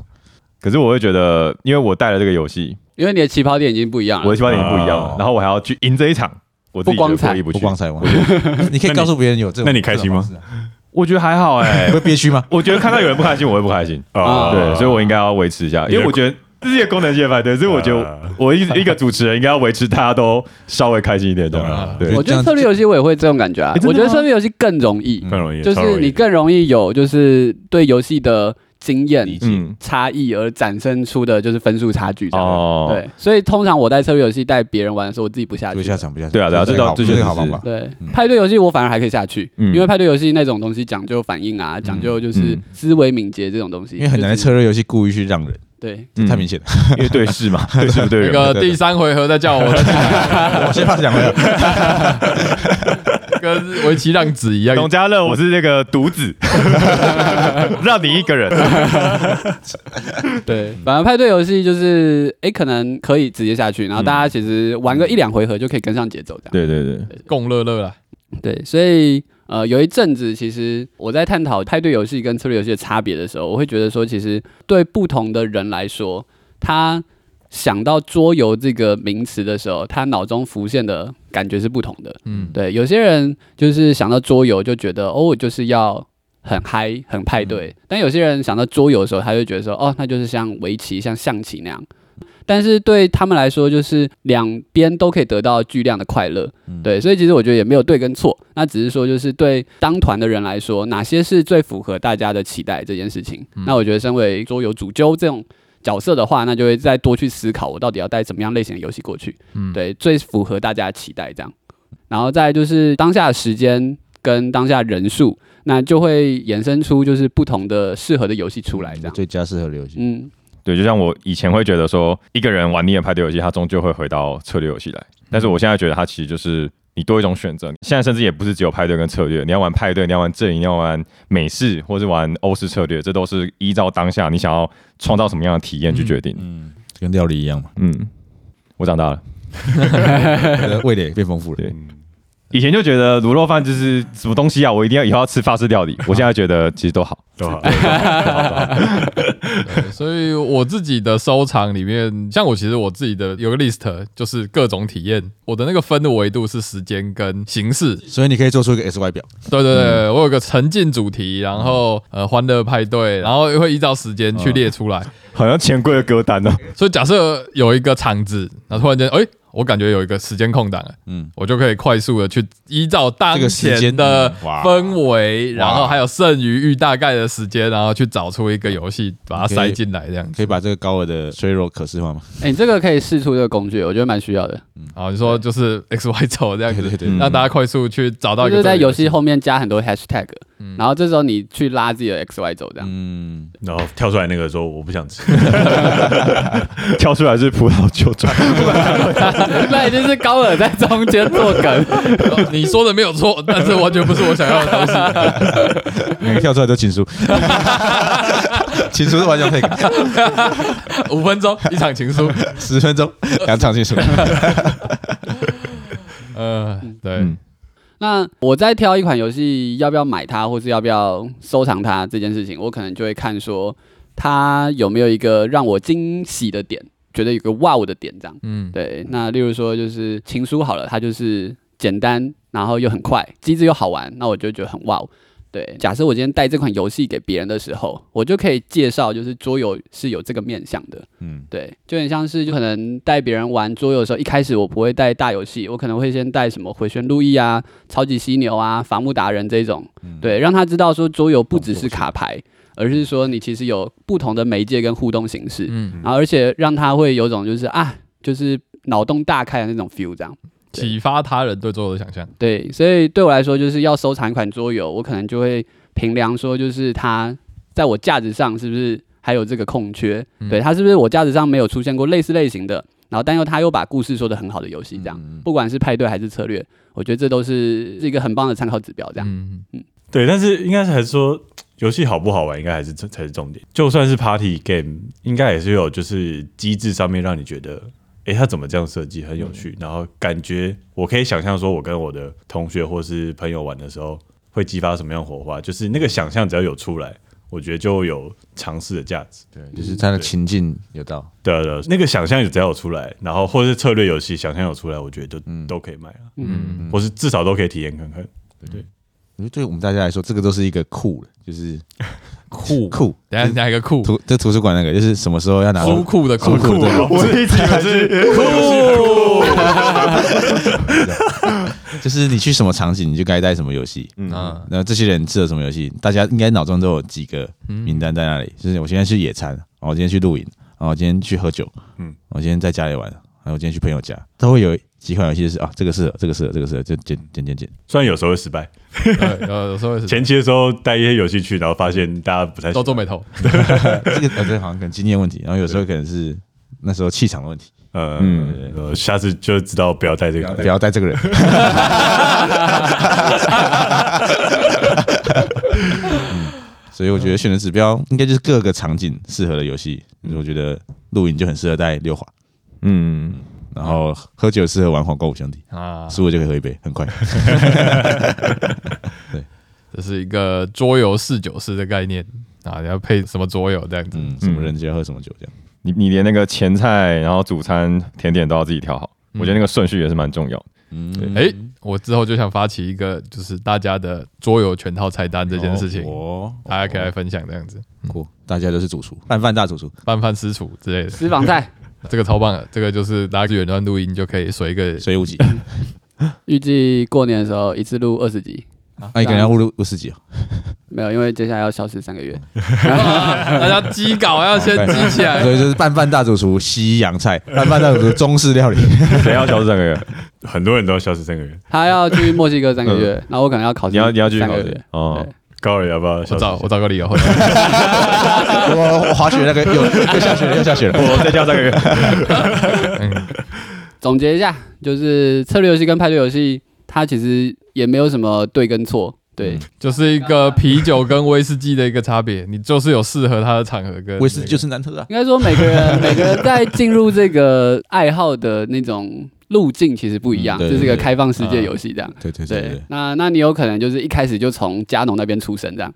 [SPEAKER 4] 可是我会觉得，因为我带了这个游戏，
[SPEAKER 3] 因为你的起跑点已经不一样
[SPEAKER 4] 我
[SPEAKER 3] 了
[SPEAKER 4] 的。起跑点不一样
[SPEAKER 5] 哦
[SPEAKER 4] 了，然后我还要去赢这一场，我自己觉得过意不
[SPEAKER 5] 不
[SPEAKER 4] 去。
[SPEAKER 5] 光彩王， 你 可以告诉别人有这种，
[SPEAKER 1] 那你开心吗
[SPEAKER 5] 这种方式啊？
[SPEAKER 4] 我觉得还好哎、
[SPEAKER 5] 你会憋屈吗？
[SPEAKER 4] 我觉得看到有人不开心，我会不开 心。
[SPEAKER 1] 啊，
[SPEAKER 4] 对，所以我应该要维持一下，因为我觉得这是一个功能性的派对，所以我觉 得
[SPEAKER 1] 啊
[SPEAKER 4] 我一一个主持人应该要维持大家都稍微开心一点的
[SPEAKER 1] 啊。
[SPEAKER 4] 对
[SPEAKER 5] 对，
[SPEAKER 3] 我觉得策略游戏我也会这种感觉啊
[SPEAKER 4] 诶真，的
[SPEAKER 3] 我觉得
[SPEAKER 4] 吗
[SPEAKER 3] 策略游戏更容易，
[SPEAKER 1] 更容易，
[SPEAKER 3] 就是你更容易有就是对游戏的经验
[SPEAKER 5] 理解
[SPEAKER 4] 嗯，
[SPEAKER 3] 差异而产生出的就是分数差距这样。
[SPEAKER 4] 哦，
[SPEAKER 3] 对，所以通常我带策略游戏带别人玩的时候，我自己不下
[SPEAKER 5] 不
[SPEAKER 3] 去
[SPEAKER 5] 下
[SPEAKER 3] 的。
[SPEAKER 5] 场，不下场。
[SPEAKER 4] 对啊对啊这
[SPEAKER 5] 这
[SPEAKER 4] 倒
[SPEAKER 5] 好
[SPEAKER 4] 这
[SPEAKER 5] 这
[SPEAKER 4] 确实
[SPEAKER 5] 个好
[SPEAKER 4] 是
[SPEAKER 5] 方法。
[SPEAKER 3] 对
[SPEAKER 5] 嗯，
[SPEAKER 3] 派对游戏我反而还可以下去，
[SPEAKER 4] 嗯
[SPEAKER 3] 因为派对游戏那种东西讲究反应啊，讲究就是
[SPEAKER 4] 嗯
[SPEAKER 3] 思维敏捷这种东西，
[SPEAKER 5] 因为很难在
[SPEAKER 3] 就是
[SPEAKER 5] 策略游戏故意去让人，
[SPEAKER 3] 对，
[SPEAKER 5] 这
[SPEAKER 4] 嗯
[SPEAKER 5] 太明显了。
[SPEAKER 4] 因为对视嘛，对视不对
[SPEAKER 2] 那
[SPEAKER 4] 人嘛。
[SPEAKER 5] 嗯
[SPEAKER 2] 个第三回合再叫我，
[SPEAKER 5] 我先 pass 两回了。
[SPEAKER 2] 跟围棋让子一样，
[SPEAKER 4] 董家哎乐，我是那个独 子，让你一个人。
[SPEAKER 3] 对，反而派对游戏就是，哎、可能可以直接下去，然
[SPEAKER 5] 嗯
[SPEAKER 3] 后大家其实玩个一两回合就可以跟上节奏这样。
[SPEAKER 4] 对对对，
[SPEAKER 2] 共乐乐啦。
[SPEAKER 3] 对，所以呃，有一阵子，其实我在探讨派对游戏跟策略游戏的差别的时候，我会觉得说，其实对不同的人来说，他想到桌游这个名词的时候，他脑中浮现的感觉是不同的。
[SPEAKER 2] 嗯，
[SPEAKER 3] 对，有些人就是想到桌游就觉得哦，我就是要很嗨、很派对；但有些人想到桌游的时候，他就觉得说哦，那就是像围棋、像象棋那样。但是对他们来说，就是两边都可以得到巨量的快乐，对，所以其实我觉得也没有对跟错，那只是说就是对当团的人来说，哪些是最符合大家的期待这件事情。那我觉得身为桌游主揪这种角色的话，那就会再多去思考我到底要带怎么样类型的游戏过去，
[SPEAKER 2] 嗯
[SPEAKER 3] 对，最符合大家的期待这样。然后再来就是当下的时间跟当下人数，那就会衍生出就是不同的适合的游戏出来这样。
[SPEAKER 5] 最佳适合的游戏。
[SPEAKER 3] 嗯，
[SPEAKER 4] 对，就像我以前会觉得说，一个人玩腻了派对游戏，他终究会回到策略游戏来。但是我现在觉得，它其实就是你多一种选择。现在甚至也不是只有派对跟策略，你要玩派对，你要玩阵营，你要玩美式，或是玩欧式策略，这都是依照当下你想要创造什么样的体验去决定。
[SPEAKER 5] 嗯，跟料理一样嘛，
[SPEAKER 4] 嗯，我长大了。
[SPEAKER 5] 味蕾变丰富了
[SPEAKER 4] 对。以前就觉得卤肉饭就是什么东西啊，我一定要以后要吃法式料理。我现在觉得其实都好。
[SPEAKER 1] 对吧？
[SPEAKER 2] 对所以我自己的收藏里面，像我其实我自己的有个 list，就是各种体验，我的那个分的维度是时间跟形式。
[SPEAKER 5] 所以你可以做出一个 S Y 表，
[SPEAKER 2] 对对对，我有个沉浸主题，然后呃欢乐派对，然后会依照时间去列出来。
[SPEAKER 4] 好像钱柜的歌单呢、哦
[SPEAKER 2] 所以假设有一个场子，然后突然间，哎、我感觉有一个时间空档了，嗯
[SPEAKER 5] 嗯，
[SPEAKER 2] 我就可以快速的去依照当
[SPEAKER 5] 这个时
[SPEAKER 2] 前
[SPEAKER 5] 间
[SPEAKER 2] 的
[SPEAKER 5] 嗯哇
[SPEAKER 2] 氛围，然后
[SPEAKER 5] 哇
[SPEAKER 2] 还有剩余预大概的时间，然后去找出一个游戏，把它
[SPEAKER 5] 可以
[SPEAKER 2] 塞进来这样子。
[SPEAKER 5] 可以把这个高额的削弱可视化吗？
[SPEAKER 3] 哎、你这个可以试出这个工具，我觉得蛮需要的，
[SPEAKER 2] 啊，你说就是 X Y 轴这样
[SPEAKER 5] 嗯对
[SPEAKER 2] 子
[SPEAKER 5] 对，对
[SPEAKER 2] 让大家快速去找到一个
[SPEAKER 3] 就是在
[SPEAKER 2] 这个
[SPEAKER 3] 游戏后面加很多 hashtag，、然后这时候你去拉自己的 X Y 轴这样。
[SPEAKER 5] 嗯，
[SPEAKER 1] 然后跳出来那个说我不想吃，
[SPEAKER 4] 跳出来是葡萄酒转。
[SPEAKER 3] 那已经是高尔在中间做梗，
[SPEAKER 2] 哦 你说的没有错，但是完全不是我想要的东西。
[SPEAKER 5] 嗯每个跳出来都情书，情书是完全可以改，
[SPEAKER 2] 五分钟一场情书，
[SPEAKER 5] 十分钟两场情书。
[SPEAKER 2] 呃，对
[SPEAKER 4] 嗯，
[SPEAKER 3] 那我在挑一款游戏要不要买它，或是要不要收藏它这件事情，我可能就会看说它有没有一个让我惊喜的点，觉得有个 wow 的点这样。
[SPEAKER 2] 嗯，
[SPEAKER 3] 对，那例如说就是情书好了，它就是简单，然后又很快，机制又好玩，那我就觉得很 wow。对，假设我今天带这款游戏给别人的时候，我就可以介绍，就是桌游是有这个面向的。
[SPEAKER 5] 嗯，
[SPEAKER 3] 对，就很像是就可能带别人玩桌游的时候，一开始我不会带大游戏，我可能会先带什么回旋路易啊、超级犀牛啊、伐木达人这种，
[SPEAKER 2] 嗯
[SPEAKER 3] 对，让他知道说桌游不只是卡牌，而是说你其实有不同的媒介跟互动形式，
[SPEAKER 2] 嗯，
[SPEAKER 3] 然后而且让他会有种就是啊，就是脑洞大开的那种 feel 这样。对
[SPEAKER 2] 启发他人对桌游的想象。
[SPEAKER 3] 对，所以对我来说，就是要收藏一款桌游，我可能就会评量说，就是它在我价值上是不是还有这个空缺？
[SPEAKER 2] 嗯
[SPEAKER 3] 对，它是不是我价值上没有出现过类似类型的，然后但又它又把故事说的很好的游戏，这样，
[SPEAKER 2] 嗯
[SPEAKER 3] 不管是派对还是策略，我觉得这都是是一个很棒的参考指标。这样，
[SPEAKER 2] 嗯，
[SPEAKER 1] 对，但是应该是还是说游戏好不好玩，应该还是这才是重点。就算是 party game，应该也是有就是机制上面让你觉得，诶，他怎么这样设计很有趣，然后感觉我可以想象说，我跟我的同学或是朋友玩的时候会激发什么样的火花，就是那个想象只要有出来，我觉得就有尝试的价值。
[SPEAKER 5] 对，就是他的情境有到，
[SPEAKER 1] 对啊对啊，那个想象只要有出来，然后或者是策略游戏想象有出来，我觉得都、都可以买了，
[SPEAKER 2] 嗯
[SPEAKER 1] 嗯，或是至少都可以体验看看。
[SPEAKER 5] 我觉得对我们大家来说，这个都是一个酷的，就是酷酷。
[SPEAKER 2] 等一下加一个酷，
[SPEAKER 5] 图这图书馆那个，就是什么时候要拿
[SPEAKER 2] 书库的酷
[SPEAKER 5] 书库对
[SPEAKER 1] 我一直以为是
[SPEAKER 5] 就是你去什么场景，你就该带什么游戏。
[SPEAKER 4] 嗯，
[SPEAKER 2] 啊，
[SPEAKER 5] 那这些人吃了什么游戏，大家应该脑中都有几个名单在那里。就是我今天去野餐，哦，我今天去露营，哦，我今天去喝酒，
[SPEAKER 1] 嗯
[SPEAKER 5] 嗯，我今天在家里玩，然后我今天去朋友家，都会有几款游戏就是啊，这个适合，这个适合，这个适合，就剪剪剪剪。
[SPEAKER 1] 虽然有时候会失败，
[SPEAKER 2] 对，有有时候会是
[SPEAKER 1] 前期的时候带一些游戏去，然后发现大家不太喜
[SPEAKER 2] 都
[SPEAKER 1] 欢
[SPEAKER 2] 皱眉头，
[SPEAKER 5] 这个呃，这好像可能经验问题，然后有时候可能是那时候气场的问题。
[SPEAKER 1] 呃，
[SPEAKER 4] 嗯
[SPEAKER 1] 呃下次就知道不要带这个。
[SPEAKER 5] 不要带这个人。所以我觉得选的指标应该就是各个场景适合的游戏。我觉得露营就很适合带溜滑，
[SPEAKER 4] 嗯，
[SPEAKER 5] 然后喝酒适合玩皇冠五兄弟，
[SPEAKER 2] 啊，
[SPEAKER 5] 输了就可以喝一杯，很快。
[SPEAKER 2] 这是一个桌游侍酒师的概念啊，要配什么桌游这样子。
[SPEAKER 5] 嗯，什么人就要喝什么酒，这样。
[SPEAKER 4] 你你连那个前菜，然后主餐、甜点都要自己调好，我觉得那个顺序也是蛮重要的。
[SPEAKER 5] 嗯，
[SPEAKER 2] 哎、我之后就想发起一个，就是大家的桌游全套菜单这件事情，
[SPEAKER 5] 哦，
[SPEAKER 2] 大家可以来分享这样子，
[SPEAKER 5] 酷，大家都是主厨，拌饭大主厨，
[SPEAKER 2] 拌饭私厨之类的，
[SPEAKER 3] 私房菜
[SPEAKER 2] 这个超棒啊的，这个就是大家远端录音就可以随一 个
[SPEAKER 5] 所以无极，
[SPEAKER 3] 预计过年的时候一次录二十集，
[SPEAKER 5] 那一个人要录录十几哦，
[SPEAKER 3] 没有，因为接下来要消失三个月。
[SPEAKER 2] 啊大家机稿要 先记起来
[SPEAKER 5] 所。以就是拌饭大主厨西洋菜，拌饭大主厨中式料理，
[SPEAKER 4] 谁要消失这个月？
[SPEAKER 1] 很多人都要消失三个月，
[SPEAKER 3] 他要去墨西哥三个月，然后我可能要考试，
[SPEAKER 4] 你要你要去
[SPEAKER 3] 三
[SPEAKER 4] 考
[SPEAKER 3] 个
[SPEAKER 4] 试
[SPEAKER 3] 月。
[SPEAKER 4] 哦
[SPEAKER 3] 对，
[SPEAKER 1] 高尔要不要
[SPEAKER 2] 我
[SPEAKER 1] 消失？
[SPEAKER 2] 找我找个理由，
[SPEAKER 5] 我我滑雪那个又又下雪了，又下雪了。
[SPEAKER 4] 我再加三个月。
[SPEAKER 3] 总结一下，就是策略游戏跟派对游戏，它其实也没有什么对跟错，对，
[SPEAKER 2] 就是一个啤酒跟威士忌的一个差别，你就是有适合它的场合跟
[SPEAKER 5] 威士忌就是是难喝啊，
[SPEAKER 3] 应该说每个人每个人在进入这个爱好的那种路径其实不一样，
[SPEAKER 5] 嗯对
[SPEAKER 3] 这是个
[SPEAKER 5] 对
[SPEAKER 3] 开放世界游戏这样。
[SPEAKER 5] 对对
[SPEAKER 3] 对，那那你有可能就是一开始就从加农那边出生这样，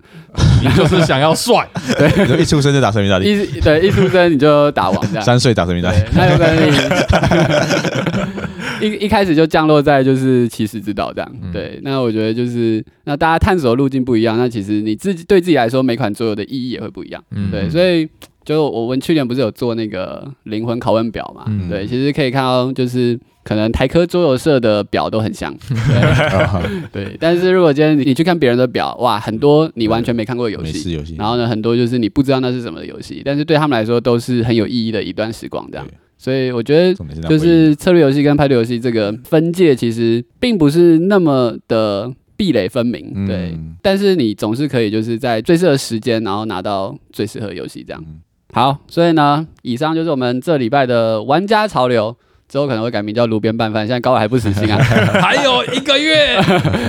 [SPEAKER 2] 你就是想要帅，
[SPEAKER 5] 对，就一出生就打神秘大帝，
[SPEAKER 3] 一对一出生你就打王这 样，
[SPEAKER 5] 三岁打神秘大帝
[SPEAKER 3] 对，，那有可能你 一一开始就降落在就是骑士之岛这样。
[SPEAKER 2] 嗯
[SPEAKER 3] 对，那我觉得就是那大家探索的路径不一样，那其实你自己对自己来说，每款桌游的意义也会不一样。
[SPEAKER 2] 嗯
[SPEAKER 3] 对，所以就我们去年不是有做那个灵魂拷问表嘛？
[SPEAKER 2] 嗯
[SPEAKER 3] 对，其实可以看到就是。可能台科桌游社的表都 很像，
[SPEAKER 5] 啊
[SPEAKER 3] 对对。但是如果今天你去看别人的表，哇，很多你完全没看过的游
[SPEAKER 5] 美
[SPEAKER 3] 戏，
[SPEAKER 5] 式 游戏，
[SPEAKER 3] 然后呢，很多就是你不知道那是什么的游戏，但是对他们来说都是很有意义的一段时光，这样
[SPEAKER 5] 对。
[SPEAKER 3] 所以我觉得，
[SPEAKER 5] 重点是那
[SPEAKER 3] 就
[SPEAKER 5] 回忆
[SPEAKER 3] 是策略游戏跟派对游戏这个分界其实并不是那么的壁垒分明，对。
[SPEAKER 5] 嗯
[SPEAKER 3] 但是你总是可以就是在最适合时间，然后拿到最适合的游戏，这样。好，所以呢，以上就是我们这礼拜的玩家潮流。之后可能会改名叫炉边拌饭，现在高尔还不死心啊，
[SPEAKER 2] 还有一个月，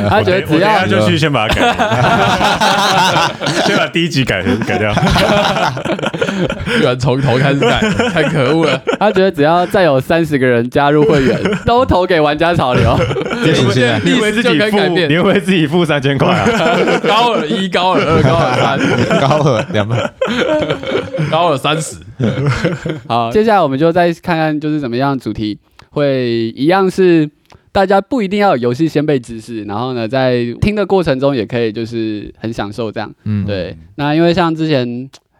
[SPEAKER 3] 他觉得只
[SPEAKER 1] 我等
[SPEAKER 3] 要
[SPEAKER 1] 下就去先把它改，先把第一集改改掉。
[SPEAKER 2] 居然从头开始改，太可恶了。
[SPEAKER 3] 他觉得只要再有三十个人加入会 员，都投给玩家潮流。
[SPEAKER 5] 接实现啊
[SPEAKER 2] 历史就可以改
[SPEAKER 4] 你
[SPEAKER 2] 变，
[SPEAKER 4] 会不会自己付三千块啊？
[SPEAKER 2] 高尔一、高尔二、高尔
[SPEAKER 5] 高尔两百，
[SPEAKER 2] 三、高尔三十，
[SPEAKER 3] 好，接下来我们就再看看就是怎么样主题会一样是大家不一定要有游戏先辈知识，然后呢，在听的过程中也可以就是很享受这样。
[SPEAKER 2] 嗯，
[SPEAKER 3] 对，那因为像之前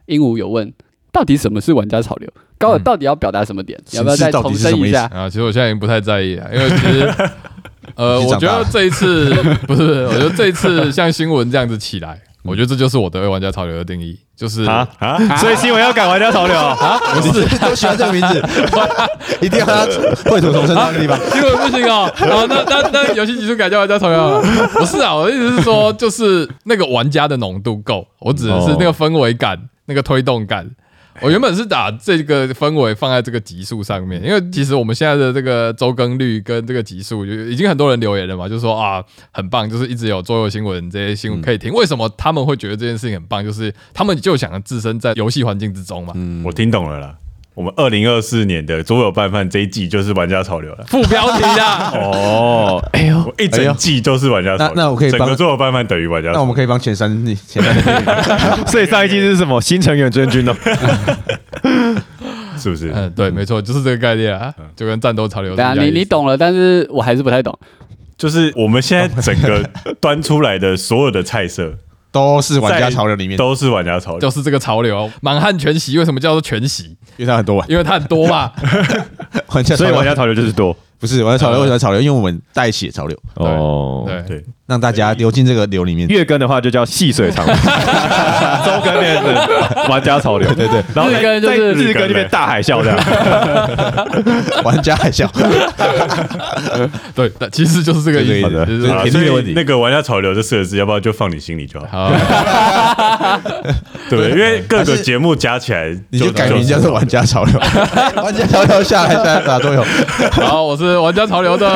[SPEAKER 3] 鹦鹉有问，到底什么是玩家潮流？高尔
[SPEAKER 2] 嗯
[SPEAKER 3] 到底要表达什么点？
[SPEAKER 5] 是
[SPEAKER 3] 要不要再
[SPEAKER 5] 是到底
[SPEAKER 3] 重
[SPEAKER 5] 是什
[SPEAKER 3] 申
[SPEAKER 5] 么
[SPEAKER 3] 一
[SPEAKER 5] 意思
[SPEAKER 3] 下？
[SPEAKER 2] 啊，其实我现在已经不太在意了，因为其实，呃，
[SPEAKER 5] 已经
[SPEAKER 2] 我
[SPEAKER 5] 长
[SPEAKER 2] 觉
[SPEAKER 5] 大了
[SPEAKER 2] 得这一次 不是，我觉得这一次像新闻这样子起来，我觉得这就是我对玩家潮流的定义，就是
[SPEAKER 4] 啊
[SPEAKER 1] 啊
[SPEAKER 4] 啊！所以新闻要改玩家潮流啊？
[SPEAKER 5] 我是都喜欢这个名 字，一定要让他绘图重生到 的地方。
[SPEAKER 2] 新闻不行哦，啊，那那那游戏技术改叫玩家潮流啊，不是啊，我的意思是说，就是那个玩家的浓度够，我指的是那个氛围感，那个推动感。我原本是打这个氛围放在这个级数上面，因为其实我们现在的这个周更率跟这个级数，就已经很多人留言了嘛，就说啊很棒，就是一直有周游新闻这些新闻可以听。为什么他们会觉得这件事情很棒？就是他们就想置身在游戏环境之中嘛。
[SPEAKER 1] 嗯我听懂了啦。我们二零二四年的桌游拌饭这一季就是玩家潮流了。
[SPEAKER 2] 副标题啊，
[SPEAKER 4] 哦，
[SPEAKER 1] 我一整季都是玩家潮流。
[SPEAKER 5] 那那我可以
[SPEAKER 1] 整
[SPEAKER 5] 帮
[SPEAKER 1] 个桌游拌饭等于玩家潮流。
[SPEAKER 5] 那我们可以帮前三前三
[SPEAKER 4] 所以上一季是什么？新成员真君哦。
[SPEAKER 1] 是不是？
[SPEAKER 2] 嗯，对，没错，就是这个概念啊，就跟战斗潮流是一
[SPEAKER 3] 对啊，
[SPEAKER 2] 样的意
[SPEAKER 3] 你
[SPEAKER 2] 思。
[SPEAKER 3] 你懂了，但是我还是不太懂。
[SPEAKER 1] 就是我们现在整个端出来的所有的菜色
[SPEAKER 5] 都是玩家潮流里面，
[SPEAKER 1] 都是玩家潮流
[SPEAKER 2] 就。是这个潮流。满汉全席为什么叫做全席？
[SPEAKER 5] 因为他很多玩
[SPEAKER 2] 因为它很多嘛。
[SPEAKER 5] 玩家潮
[SPEAKER 4] 所以玩
[SPEAKER 5] 流
[SPEAKER 4] 家潮流就是多
[SPEAKER 5] 不是玩家潮流，为什么潮流？因为我们带起的潮流，
[SPEAKER 4] 哦。，
[SPEAKER 2] 对，
[SPEAKER 1] 对，
[SPEAKER 5] 让大家流进这个流里面。
[SPEAKER 4] 月更的话就叫细水长流，周更变成玩家潮流。对对，然后
[SPEAKER 3] 日更就是
[SPEAKER 4] 在日更就变大海啸这样。
[SPEAKER 5] 玩家海啸，
[SPEAKER 2] 对，但其实就是这个意
[SPEAKER 5] 好
[SPEAKER 2] 思。
[SPEAKER 5] 的
[SPEAKER 2] 就是
[SPEAKER 5] 对
[SPEAKER 1] 啊
[SPEAKER 5] 频率
[SPEAKER 1] 所以
[SPEAKER 5] 的问题
[SPEAKER 1] 那个玩家潮流的设置，要不要就放你心里就好。
[SPEAKER 2] 好，
[SPEAKER 1] 对，因为各
[SPEAKER 5] 还
[SPEAKER 1] 个
[SPEAKER 5] 是
[SPEAKER 1] 节目加起来，
[SPEAKER 5] 你就改名叫做玩家潮 流，玩家潮流下来下来打桌游，
[SPEAKER 2] 好，我是玩家潮流的。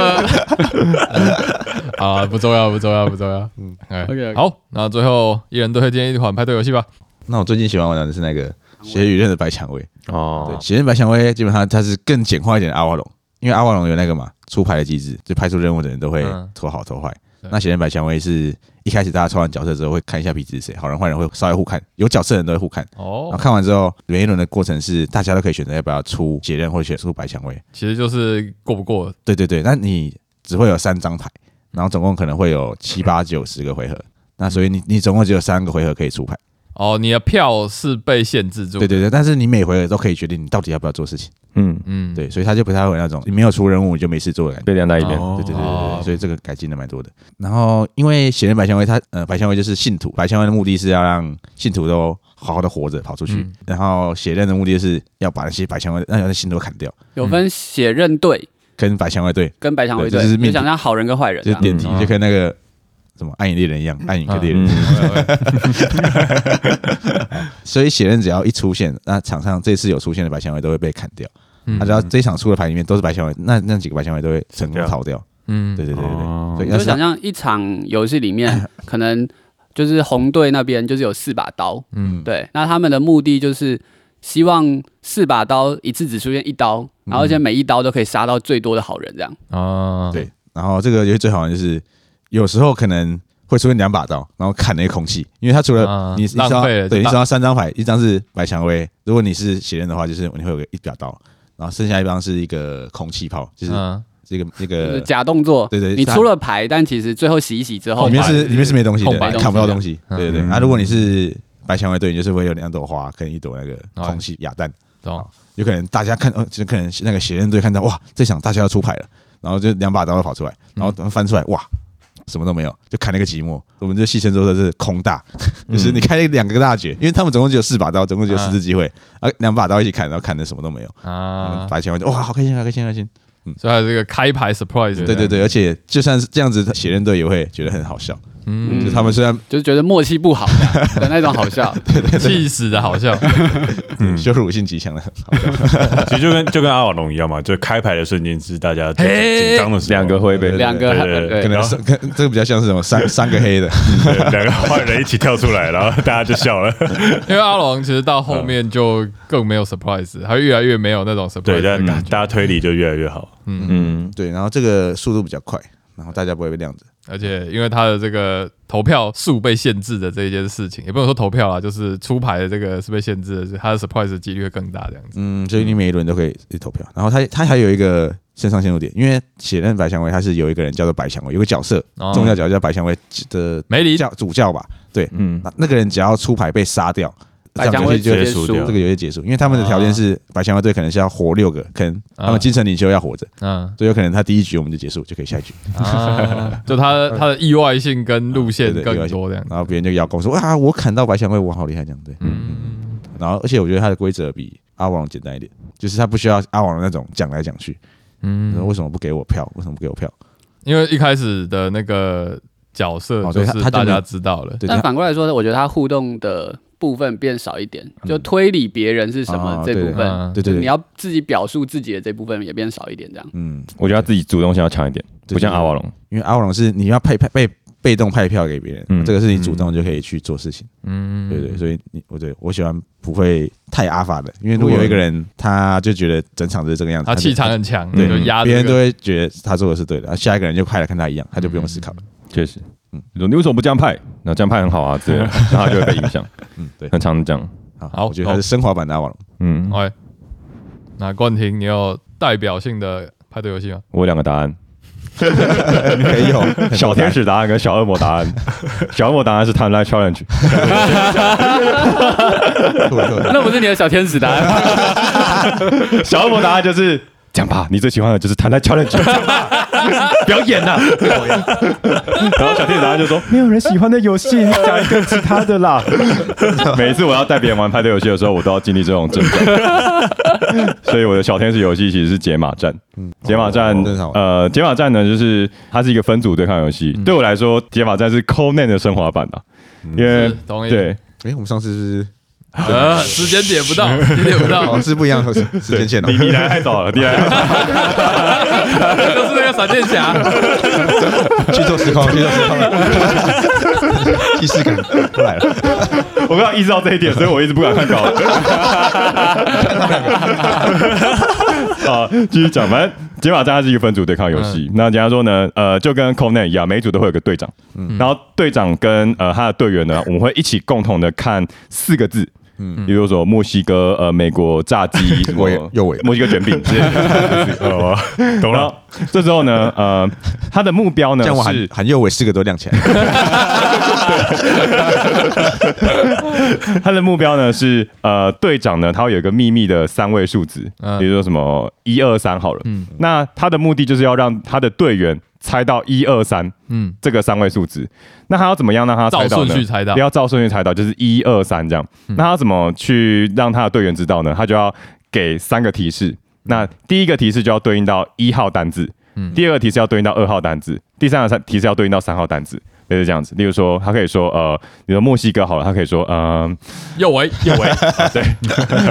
[SPEAKER 2] 啊，不重要，不重要，不重要。嗯
[SPEAKER 5] 哎
[SPEAKER 3] OK，OK
[SPEAKER 2] 好，那最后一人推荐一款派对游戏吧。
[SPEAKER 5] 那我最近喜欢玩的是那个血与刃的白蔷薇。对，
[SPEAKER 4] 哦，
[SPEAKER 5] 血刃白蔷薇基本上它是更简化一点的阿瓦隆，因为阿瓦隆有那个嘛出牌的机制，就派出任务的人都会
[SPEAKER 2] 嗯
[SPEAKER 5] 投好投坏。
[SPEAKER 2] 对
[SPEAKER 5] 那血刃白蔷薇是一开始大家抽完角色之后会看一下彼此是谁，好人坏人会稍微互看，有角色的人都会互看。然后
[SPEAKER 2] 哦，
[SPEAKER 5] 看完之后，每一轮的过程是大家都可以选择要不要出血刃或者选出白蔷薇。
[SPEAKER 2] 其实就是过不过，
[SPEAKER 5] 对对对，那你只会有三张牌，然后总共可能会有七八九十个回合。那所以你你总共只有三个回合可以出牌，
[SPEAKER 2] 哦，你的票是被限制住。
[SPEAKER 5] 对对对，但是你每回合都可以决定你到底要不要做事情，
[SPEAKER 4] 嗯，
[SPEAKER 2] 嗯，
[SPEAKER 5] 对，所以他就不太会有那种你没有出任务你就没事做的感觉。
[SPEAKER 4] 被晾在一边，
[SPEAKER 1] 哦
[SPEAKER 5] 对对对对
[SPEAKER 2] 哦
[SPEAKER 5] 对，所以这个改进的蛮多的。然后因为血人白蔷薇它，呃白蔷薇就是信徒，白蔷薇的目的是要让信徒都好好的活着跑出去，
[SPEAKER 2] 嗯
[SPEAKER 5] 然后血刃的目的是要把那些白蔷薇让那些信徒砍掉，
[SPEAKER 3] 有分血刃队
[SPEAKER 5] 跟白蔷薇对，
[SPEAKER 3] 跟白蔷薇
[SPEAKER 5] 嗯对
[SPEAKER 3] 队，
[SPEAKER 5] 这是命
[SPEAKER 3] 就
[SPEAKER 5] 题
[SPEAKER 3] 想让好人跟坏人啊
[SPEAKER 5] 就
[SPEAKER 3] 这样。
[SPEAKER 5] 是点题
[SPEAKER 2] 嗯
[SPEAKER 5] 就跟那个什么暗影猎人一样，暗影跟猎人
[SPEAKER 4] 嗯，
[SPEAKER 5] 所以血刃只要一出现，那场上这次有出现的白蔷薇都会被砍掉。
[SPEAKER 2] 嗯
[SPEAKER 5] 他只要这一场出的牌里面都是白蔷薇，那那几个白蔷薇都会成功逃掉。
[SPEAKER 2] 嗯，
[SPEAKER 5] 对对对对
[SPEAKER 4] 哦
[SPEAKER 5] 对，所以
[SPEAKER 3] 就
[SPEAKER 5] 要
[SPEAKER 3] 是
[SPEAKER 5] 是啊
[SPEAKER 3] 想象一场游戏里 面，可能就是红队那边就是有四把刀，
[SPEAKER 2] 嗯，
[SPEAKER 3] 对，那他们的目的就是希望四把刀一次只出现一刀，
[SPEAKER 5] 嗯
[SPEAKER 3] 然后而且每一刀都可以杀到最多的好人，这样。
[SPEAKER 2] 啊，
[SPEAKER 5] 对，然后这个游戏最好玩就是有时候可能会出现两把刀，然后砍那个空气，因为它除
[SPEAKER 2] 啊
[SPEAKER 5] 了你你
[SPEAKER 2] 浪
[SPEAKER 5] 知道
[SPEAKER 2] 费了
[SPEAKER 5] 对，你
[SPEAKER 2] 就
[SPEAKER 5] 知道三张牌，一张是白蔷薇，如果你是血刃的话，就是你会有个一把刀，然后剩下一张是一个空气炮，就是
[SPEAKER 2] 嗯，
[SPEAKER 5] 这个这
[SPEAKER 3] 就是
[SPEAKER 5] 个。
[SPEAKER 3] 假动作，
[SPEAKER 5] 呃对对
[SPEAKER 3] 你
[SPEAKER 5] 是啊
[SPEAKER 3] 出了牌，但其实最后洗一洗之后，
[SPEAKER 5] 哦里面是里面是没东西
[SPEAKER 2] 空
[SPEAKER 5] 的
[SPEAKER 2] 白，
[SPEAKER 5] 看不到东西。
[SPEAKER 2] 嗯
[SPEAKER 5] 对对对，
[SPEAKER 4] 嗯
[SPEAKER 5] 啊，如果你是白蔷薇队，你就是会有两朵花跟一朵那个空气哑弹，
[SPEAKER 2] 懂。
[SPEAKER 5] 有可能大家看，呃，就可能那个血刃队看到哇，这场大家要出牌了，然后就两把刀都跑出来，然后翻出来哇，什么都没有，就砍了一个寂寞。我们就戏称说的是空大，就是你开了两个大绝，因为他们总共只有四把刀，总共只有十次机会，啊，两把刀一起砍，然后砍的什么都没有。
[SPEAKER 2] 啊，
[SPEAKER 5] 白蔷薇就哇，好开心，好开心，好开心。
[SPEAKER 2] 所以还有这个开牌 surprise，
[SPEAKER 5] 对对，对，而且就算是这样子，血刃队也会觉得很好笑。
[SPEAKER 2] 嗯，
[SPEAKER 5] 就他们虽然
[SPEAKER 3] 就是觉得默契 不好的那种好笑。
[SPEAKER 2] 气死的好笑，
[SPEAKER 5] 羞辱性极强的，
[SPEAKER 1] 其实就 跟就跟阿瓦隆一样嘛，就开牌的瞬间是大家最
[SPEAKER 2] 嘿
[SPEAKER 1] 紧张的时候，
[SPEAKER 4] 两个会被
[SPEAKER 5] 对
[SPEAKER 3] 两个
[SPEAKER 1] 对对对
[SPEAKER 3] 对，
[SPEAKER 5] 可能是可这个比较像是什么 三三个黑的，
[SPEAKER 1] 对两个坏人一起跳出来，然后大家就笑 了。
[SPEAKER 2] 因为阿龙其实到后
[SPEAKER 5] 嗯
[SPEAKER 2] 面就更没有 surprise，他越来越没有那种 surprise
[SPEAKER 1] 对，
[SPEAKER 2] 的
[SPEAKER 1] 但
[SPEAKER 2] 感
[SPEAKER 1] 大家推理就越来越好。
[SPEAKER 4] 嗯，
[SPEAKER 5] 对，然后这个速度比较快，然后大家不会被晾着。
[SPEAKER 2] 而且因为他的这个投票数被限制的这一件事情，也不能说投票啦，就是出牌的这个是被限制的，是他的 surprise 的几率会更大这样子。
[SPEAKER 5] 嗯，所以你每一轮都可以去投票。然后它它还有一个肾上腺素点，因为血刃白蔷薇它是有一个人叫做白蔷薇，有个角色
[SPEAKER 2] 哦
[SPEAKER 5] 重要角色叫白蔷薇的
[SPEAKER 2] 梅林
[SPEAKER 5] 教主教吧，对，
[SPEAKER 4] 嗯
[SPEAKER 5] 那那个人只要出牌被杀掉，
[SPEAKER 3] 白
[SPEAKER 5] 这
[SPEAKER 3] 蔷
[SPEAKER 5] 样
[SPEAKER 3] 薇
[SPEAKER 5] 游戏就
[SPEAKER 3] 直
[SPEAKER 1] 结
[SPEAKER 3] 接
[SPEAKER 1] 束
[SPEAKER 3] 输
[SPEAKER 1] 掉
[SPEAKER 5] 这个游戏结束，因啊为他们的条件是白蔷薇队可能是要活六个，可能他
[SPEAKER 2] 啊
[SPEAKER 5] 们精神领袖要活着，
[SPEAKER 2] 嗯
[SPEAKER 5] 所以有可能他第一局我们就结束，就可以下一局，
[SPEAKER 2] 啊， 就他的他的意外性跟路线
[SPEAKER 5] 对对
[SPEAKER 2] 更
[SPEAKER 5] 意外性
[SPEAKER 2] 多这样子。
[SPEAKER 5] 然后别人就邀功说哇，我砍到白蔷薇，我好厉害这样，对，
[SPEAKER 2] 嗯，
[SPEAKER 5] 然后而且我觉得它的规则比阿王简单一点，就是它不需要阿王的那种讲来讲去，嗯，为什么不给我
[SPEAKER 2] 啊
[SPEAKER 5] 票？为什么不给我票？
[SPEAKER 2] 因为一开始的那个角色
[SPEAKER 5] 哦
[SPEAKER 2] 就
[SPEAKER 5] 对
[SPEAKER 2] 是
[SPEAKER 5] 他他就
[SPEAKER 2] 大
[SPEAKER 5] 没
[SPEAKER 2] 家
[SPEAKER 5] 有
[SPEAKER 2] 知道了，
[SPEAKER 5] 对，
[SPEAKER 3] 但
[SPEAKER 5] 它
[SPEAKER 3] 反过来说，我觉得它互动的部分变少一点，就推理别人是什么
[SPEAKER 5] 嗯啊
[SPEAKER 3] 这
[SPEAKER 5] 对
[SPEAKER 3] 部分，
[SPEAKER 2] 嗯
[SPEAKER 5] 对
[SPEAKER 3] 就
[SPEAKER 5] 对
[SPEAKER 3] 你
[SPEAKER 5] 对，
[SPEAKER 3] 要自己表述自己的这部分也变少一点，这样。
[SPEAKER 5] 嗯，
[SPEAKER 4] 我觉得他自己主动性要强一点，
[SPEAKER 5] 对
[SPEAKER 4] 不像
[SPEAKER 5] 对对
[SPEAKER 4] 阿瓦隆，
[SPEAKER 5] 因为阿王是你要配配被被动派票给别人，
[SPEAKER 4] 嗯
[SPEAKER 5] 这个是你主动就可以去做事情，
[SPEAKER 2] 嗯，
[SPEAKER 5] 对对，所以你我对我喜欢不会太阿法的，因为如果有一个人他就觉得整场都是这个样子，
[SPEAKER 2] 他
[SPEAKER 5] 就
[SPEAKER 2] 气场。很强，
[SPEAKER 5] 对
[SPEAKER 2] 就，压着
[SPEAKER 5] 别人
[SPEAKER 2] 这
[SPEAKER 5] 都
[SPEAKER 2] 个
[SPEAKER 5] 会觉得他做的是对的，啊，下一个人就派了跟他一样，他就不用思考了。
[SPEAKER 4] 确实，嗯，你说你为什么不这样派？那这样派很好啊，之类的，然后他就会被影响，
[SPEAKER 5] 嗯，对，
[SPEAKER 4] 很常这样，
[SPEAKER 2] 好
[SPEAKER 5] 我觉得他是升华版的阿 瓦隆。
[SPEAKER 4] 嗯，
[SPEAKER 2] 喂，哎那冠廷，你有代表性的派对游戏吗？
[SPEAKER 4] 我有两个答案，
[SPEAKER 5] 可以哦 有
[SPEAKER 4] 小天使答案跟小恶魔答 案，小恶魔答案是 Time Life Challenge，
[SPEAKER 3] 那不是你的小天使答案吗，
[SPEAKER 4] 小恶魔答案就是讲吧，你最喜欢的就是 Time Life Challenge，讲 吧不要演呐。然后小天使答案就说没有人喜欢的游戏，你讲一个其他的啦。 每一次我要带别人玩派对游戏的时候，我都要经历这种挣扎。 所以我的小天使游戏其实是解码战，解码战
[SPEAKER 5] 哦正常，玩
[SPEAKER 4] 呃，解码战呢，就是它是一个嗯分组对抗游戏。对我来说，解码战是 c o n a n 啊的升华版的，因为
[SPEAKER 2] 是同意
[SPEAKER 4] 对
[SPEAKER 5] 哎、我们上次是
[SPEAKER 2] 呃，时间点不到， 时间点不
[SPEAKER 5] 不
[SPEAKER 2] 到，
[SPEAKER 5] 是哦
[SPEAKER 2] 就是
[SPEAKER 5] 不一样的时时间线哦
[SPEAKER 4] 你。 你来太早了，你来太早了。
[SPEAKER 2] 是那个闪电侠，
[SPEAKER 5] 去做时空，去 做时空了，既视感出来了。
[SPEAKER 4] 我刚刚意识到这一点，所以我一直不敢看稿。 好，继续讲，反正解法战它是一个分组对抗游
[SPEAKER 5] 嗯
[SPEAKER 4] 戏。那简单说呢，呃，就跟 Conan 一样，每一组都会有个队长，
[SPEAKER 5] 嗯
[SPEAKER 4] 然后队长跟呃他的队员呢，我们会一起共同的看四个字。嗯，比如说墨西哥、呃，美国炸 鸡，什么
[SPEAKER 5] 我也又我也
[SPEAKER 4] 墨西哥卷饼之类 的。哦，懂了。这时候呢，呃，他的目标呢
[SPEAKER 5] 这样我喊
[SPEAKER 4] 是
[SPEAKER 5] 喊右尾四个都亮 起来，
[SPEAKER 4] 他的目标呢是呃，队长呢他会有一个秘密的三位数值，
[SPEAKER 2] 嗯
[SPEAKER 4] 比如说什么一二三好了。
[SPEAKER 2] 嗯
[SPEAKER 4] 那他的目的就是要让他的队员猜到一二三
[SPEAKER 2] 嗯，
[SPEAKER 4] 这个三位数值。那他要怎么样让他猜
[SPEAKER 2] 照
[SPEAKER 4] 到
[SPEAKER 2] 顺
[SPEAKER 4] 呢？
[SPEAKER 2] 序猜到嗯
[SPEAKER 4] 不，要照顺序猜到，就是一二三这样。那他要怎么去让他的队员知道呢？他就要给三个提示。那第一个提示就要对应到一号单字，
[SPEAKER 2] 嗯
[SPEAKER 4] 第二个提示要对应到二号单字，第三个三提示要对应到三号单字，就是这样子。例如说，他可以说呃，比如说墨西哥好了，他可以说呃。
[SPEAKER 2] 右维
[SPEAKER 4] 右维，对，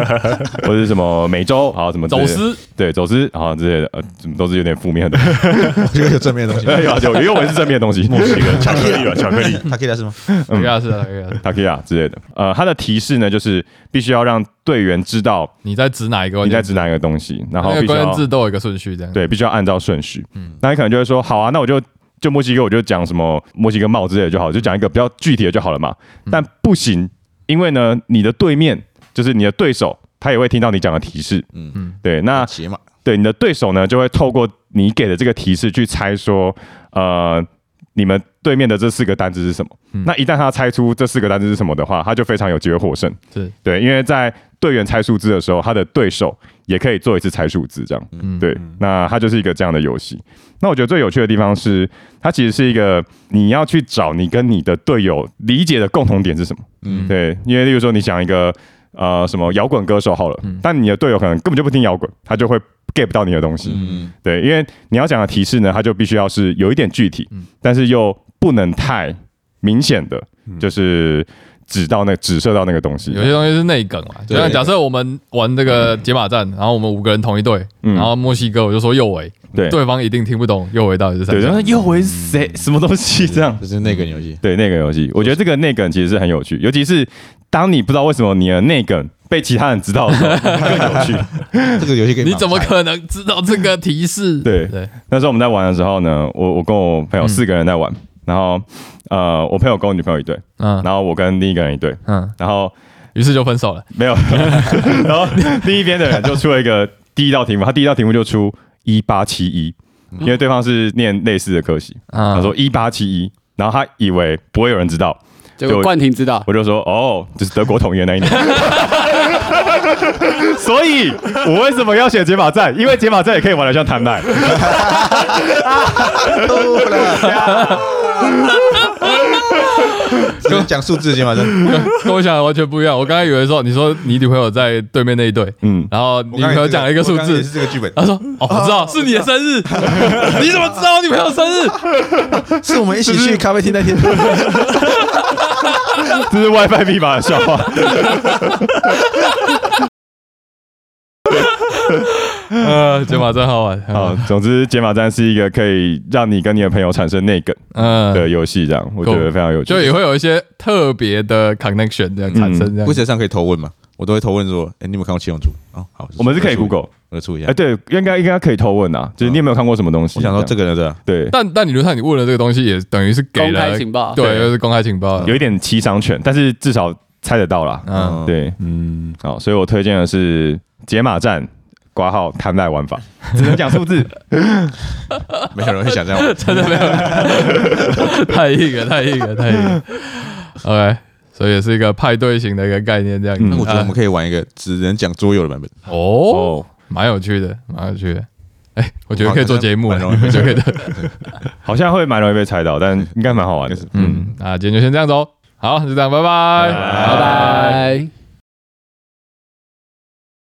[SPEAKER 4] 或者什么美洲，好什么之
[SPEAKER 2] 走
[SPEAKER 4] 类的，
[SPEAKER 2] 私，
[SPEAKER 4] 对，走私，好之类的，呃，怎么都是有点负面的。
[SPEAKER 5] 我觉得有正 面的东西。
[SPEAKER 4] 哎呀，有右维是正面的东西，墨西哥巧克力吧，巧克力，
[SPEAKER 5] 他可以来是吗？
[SPEAKER 4] 嗯
[SPEAKER 2] 应该啊是应该是，
[SPEAKER 4] 塔克亚之类的。呃，它的提示呢，就是必须要让队员知道
[SPEAKER 2] 你在指哪一个关
[SPEAKER 4] 你在
[SPEAKER 2] 键字？
[SPEAKER 4] 指哪一个东西，然后
[SPEAKER 2] 那个
[SPEAKER 4] 必须
[SPEAKER 2] 关键
[SPEAKER 4] 要
[SPEAKER 2] 字嗯都有一个顺序，这样。
[SPEAKER 4] 对，必须要按照顺序。那你可能就会说，好啊，那我就。就墨西哥，我就讲什么墨西哥帽之类的就好，就讲一个比较具体的就好了嘛。
[SPEAKER 2] 嗯
[SPEAKER 4] 但不行，因为呢，你的对面就是你的对手，他也会听到你讲的提示。嗯嗯
[SPEAKER 2] 嗯，
[SPEAKER 4] 对。那
[SPEAKER 5] 鞋嘛，
[SPEAKER 4] 对你的对手呢，就会透过你给的这个提示去猜说，呃，你们对面的这四个单字是什么。
[SPEAKER 2] 嗯
[SPEAKER 4] 那一旦他猜出这四个单字是什么的话，他就非常有机会获胜。
[SPEAKER 2] 是
[SPEAKER 4] 对，因为在队员猜数字的时候，他的对手也可以做一次猜数字，这样。
[SPEAKER 2] 嗯
[SPEAKER 4] 对，那它就是一个这样的游戏。那我觉得最有趣的地方是，它其实是一个你要去找你跟你的队友理解的共同点是什么。
[SPEAKER 2] 嗯
[SPEAKER 4] 对，因为例如说你想一个呃什么摇滚歌手好了，但你的队友可能根本就不听摇滚，他就会 get 不到你的东西。
[SPEAKER 5] 嗯，
[SPEAKER 4] 对，因为你要讲的提示呢，它就必须要是有一点具体，但是又不能太明显的，就是指到那指射到那个东西。
[SPEAKER 2] 有些东西是内梗嘛，就
[SPEAKER 5] 对
[SPEAKER 2] 像假设我们玩这个解码战，然后我们五个人同一队，
[SPEAKER 4] 嗯
[SPEAKER 2] 然后墨西哥我就说右维，
[SPEAKER 4] 对
[SPEAKER 2] 对方一定听不懂右维到底是啥
[SPEAKER 4] 对，。嗯然后又为谁什么东西这样？
[SPEAKER 5] 就是那个游戏。
[SPEAKER 4] 对那个游戏，我觉得这个内梗其实是很有趣，尤其是当你不知道为什么你的内梗被其他人知道的 时候，更有趣。
[SPEAKER 5] 这个游戏可以
[SPEAKER 2] 嗯你怎么
[SPEAKER 5] 绑
[SPEAKER 2] 可能知道这个提示？
[SPEAKER 4] 对
[SPEAKER 2] 对，
[SPEAKER 4] 那时候我们在玩的时候呢，我我跟我朋友
[SPEAKER 2] 嗯
[SPEAKER 4] 四个人在玩，然后呃，我朋友跟我女朋友一对，
[SPEAKER 2] 嗯
[SPEAKER 4] 然后我跟另一个人一对，
[SPEAKER 2] 嗯，
[SPEAKER 4] 然后
[SPEAKER 2] 于是就分 手了。
[SPEAKER 4] 没有，然后另一边的人就出了一个第一道题目，他第一道题目就出一八七一，因为对方是念类似的科系，
[SPEAKER 2] 嗯啊
[SPEAKER 4] 他说一八七一，然后他以为不会有人知道，
[SPEAKER 3] 结果冠廷知道，
[SPEAKER 4] 我就说哦，这是德国统一的那一年。 所以，我为什么要选解码战？因为解码战也可以玩得像谈奶。
[SPEAKER 5] 跟讲数字行吗？真的
[SPEAKER 2] 跟我想的完全不一样。我刚才以为说，你说你女朋友在对面那一队，
[SPEAKER 4] 嗯，
[SPEAKER 2] 然后你女朋友讲了一个数
[SPEAKER 5] 我刚才也是
[SPEAKER 2] 字，
[SPEAKER 5] 这个剧本，
[SPEAKER 2] 她说：“哦，我知道是你的生 日，你怎么知道我女朋友生 日？
[SPEAKER 5] 是我们一起去咖啡 厅那天。
[SPEAKER 4] 这是 WiFi 密码的笑话。
[SPEAKER 2] 呃，解码真好玩。
[SPEAKER 4] 好，总之解码战是一个可以让你跟你的朋友产生内梗
[SPEAKER 2] 嗯，
[SPEAKER 4] 的游戏，这样我觉得非常有趣
[SPEAKER 2] 就。也会有一些特别的 connection 这样产生这样
[SPEAKER 5] 规。则上可以投问嘛？我都会投问说，哎，你有没有看过《七龙珠》？哦，好，
[SPEAKER 4] 我们是可以 Google，
[SPEAKER 5] 我出一
[SPEAKER 4] 哎，
[SPEAKER 5] 下。
[SPEAKER 4] 对，应该应该可以投问啊，就是你有没有看过什么东西？
[SPEAKER 5] 我想说这个人对吧？
[SPEAKER 4] 对，
[SPEAKER 2] 但但理论上你问了这个东西，也等于是给
[SPEAKER 3] 公
[SPEAKER 2] 了
[SPEAKER 3] 开情报，
[SPEAKER 2] 对，就是公开情报了。
[SPEAKER 4] 有一点七伤拳，但是至少猜得到啦。
[SPEAKER 2] 嗯，
[SPEAKER 5] 嗯，
[SPEAKER 4] 对，
[SPEAKER 6] 嗯，
[SPEAKER 4] 好，所以我推荐的是解码战挂号谈奶玩法，只能讲数字。
[SPEAKER 5] 没有人会想 这样。
[SPEAKER 2] 真的没有， 太硬了，太硬了，太硬了。OK，所以也是一个派对型的一个概念这样子。
[SPEAKER 5] 那我觉得我们
[SPEAKER 2] 啊
[SPEAKER 5] 可以玩一个只能讲桌游的版本。
[SPEAKER 2] 哦，
[SPEAKER 4] 哦，
[SPEAKER 2] 蛮有趣的，蛮有趣的。哎，我觉得可以做节目
[SPEAKER 5] 蛮
[SPEAKER 2] 了，
[SPEAKER 5] 容易
[SPEAKER 2] 我觉得可以的。
[SPEAKER 4] 好像会蛮容易被猜到，但应该蛮好玩的。
[SPEAKER 2] 嗯嗯，那今天就先这样子哦。好，就这样，拜拜，
[SPEAKER 3] 拜拜。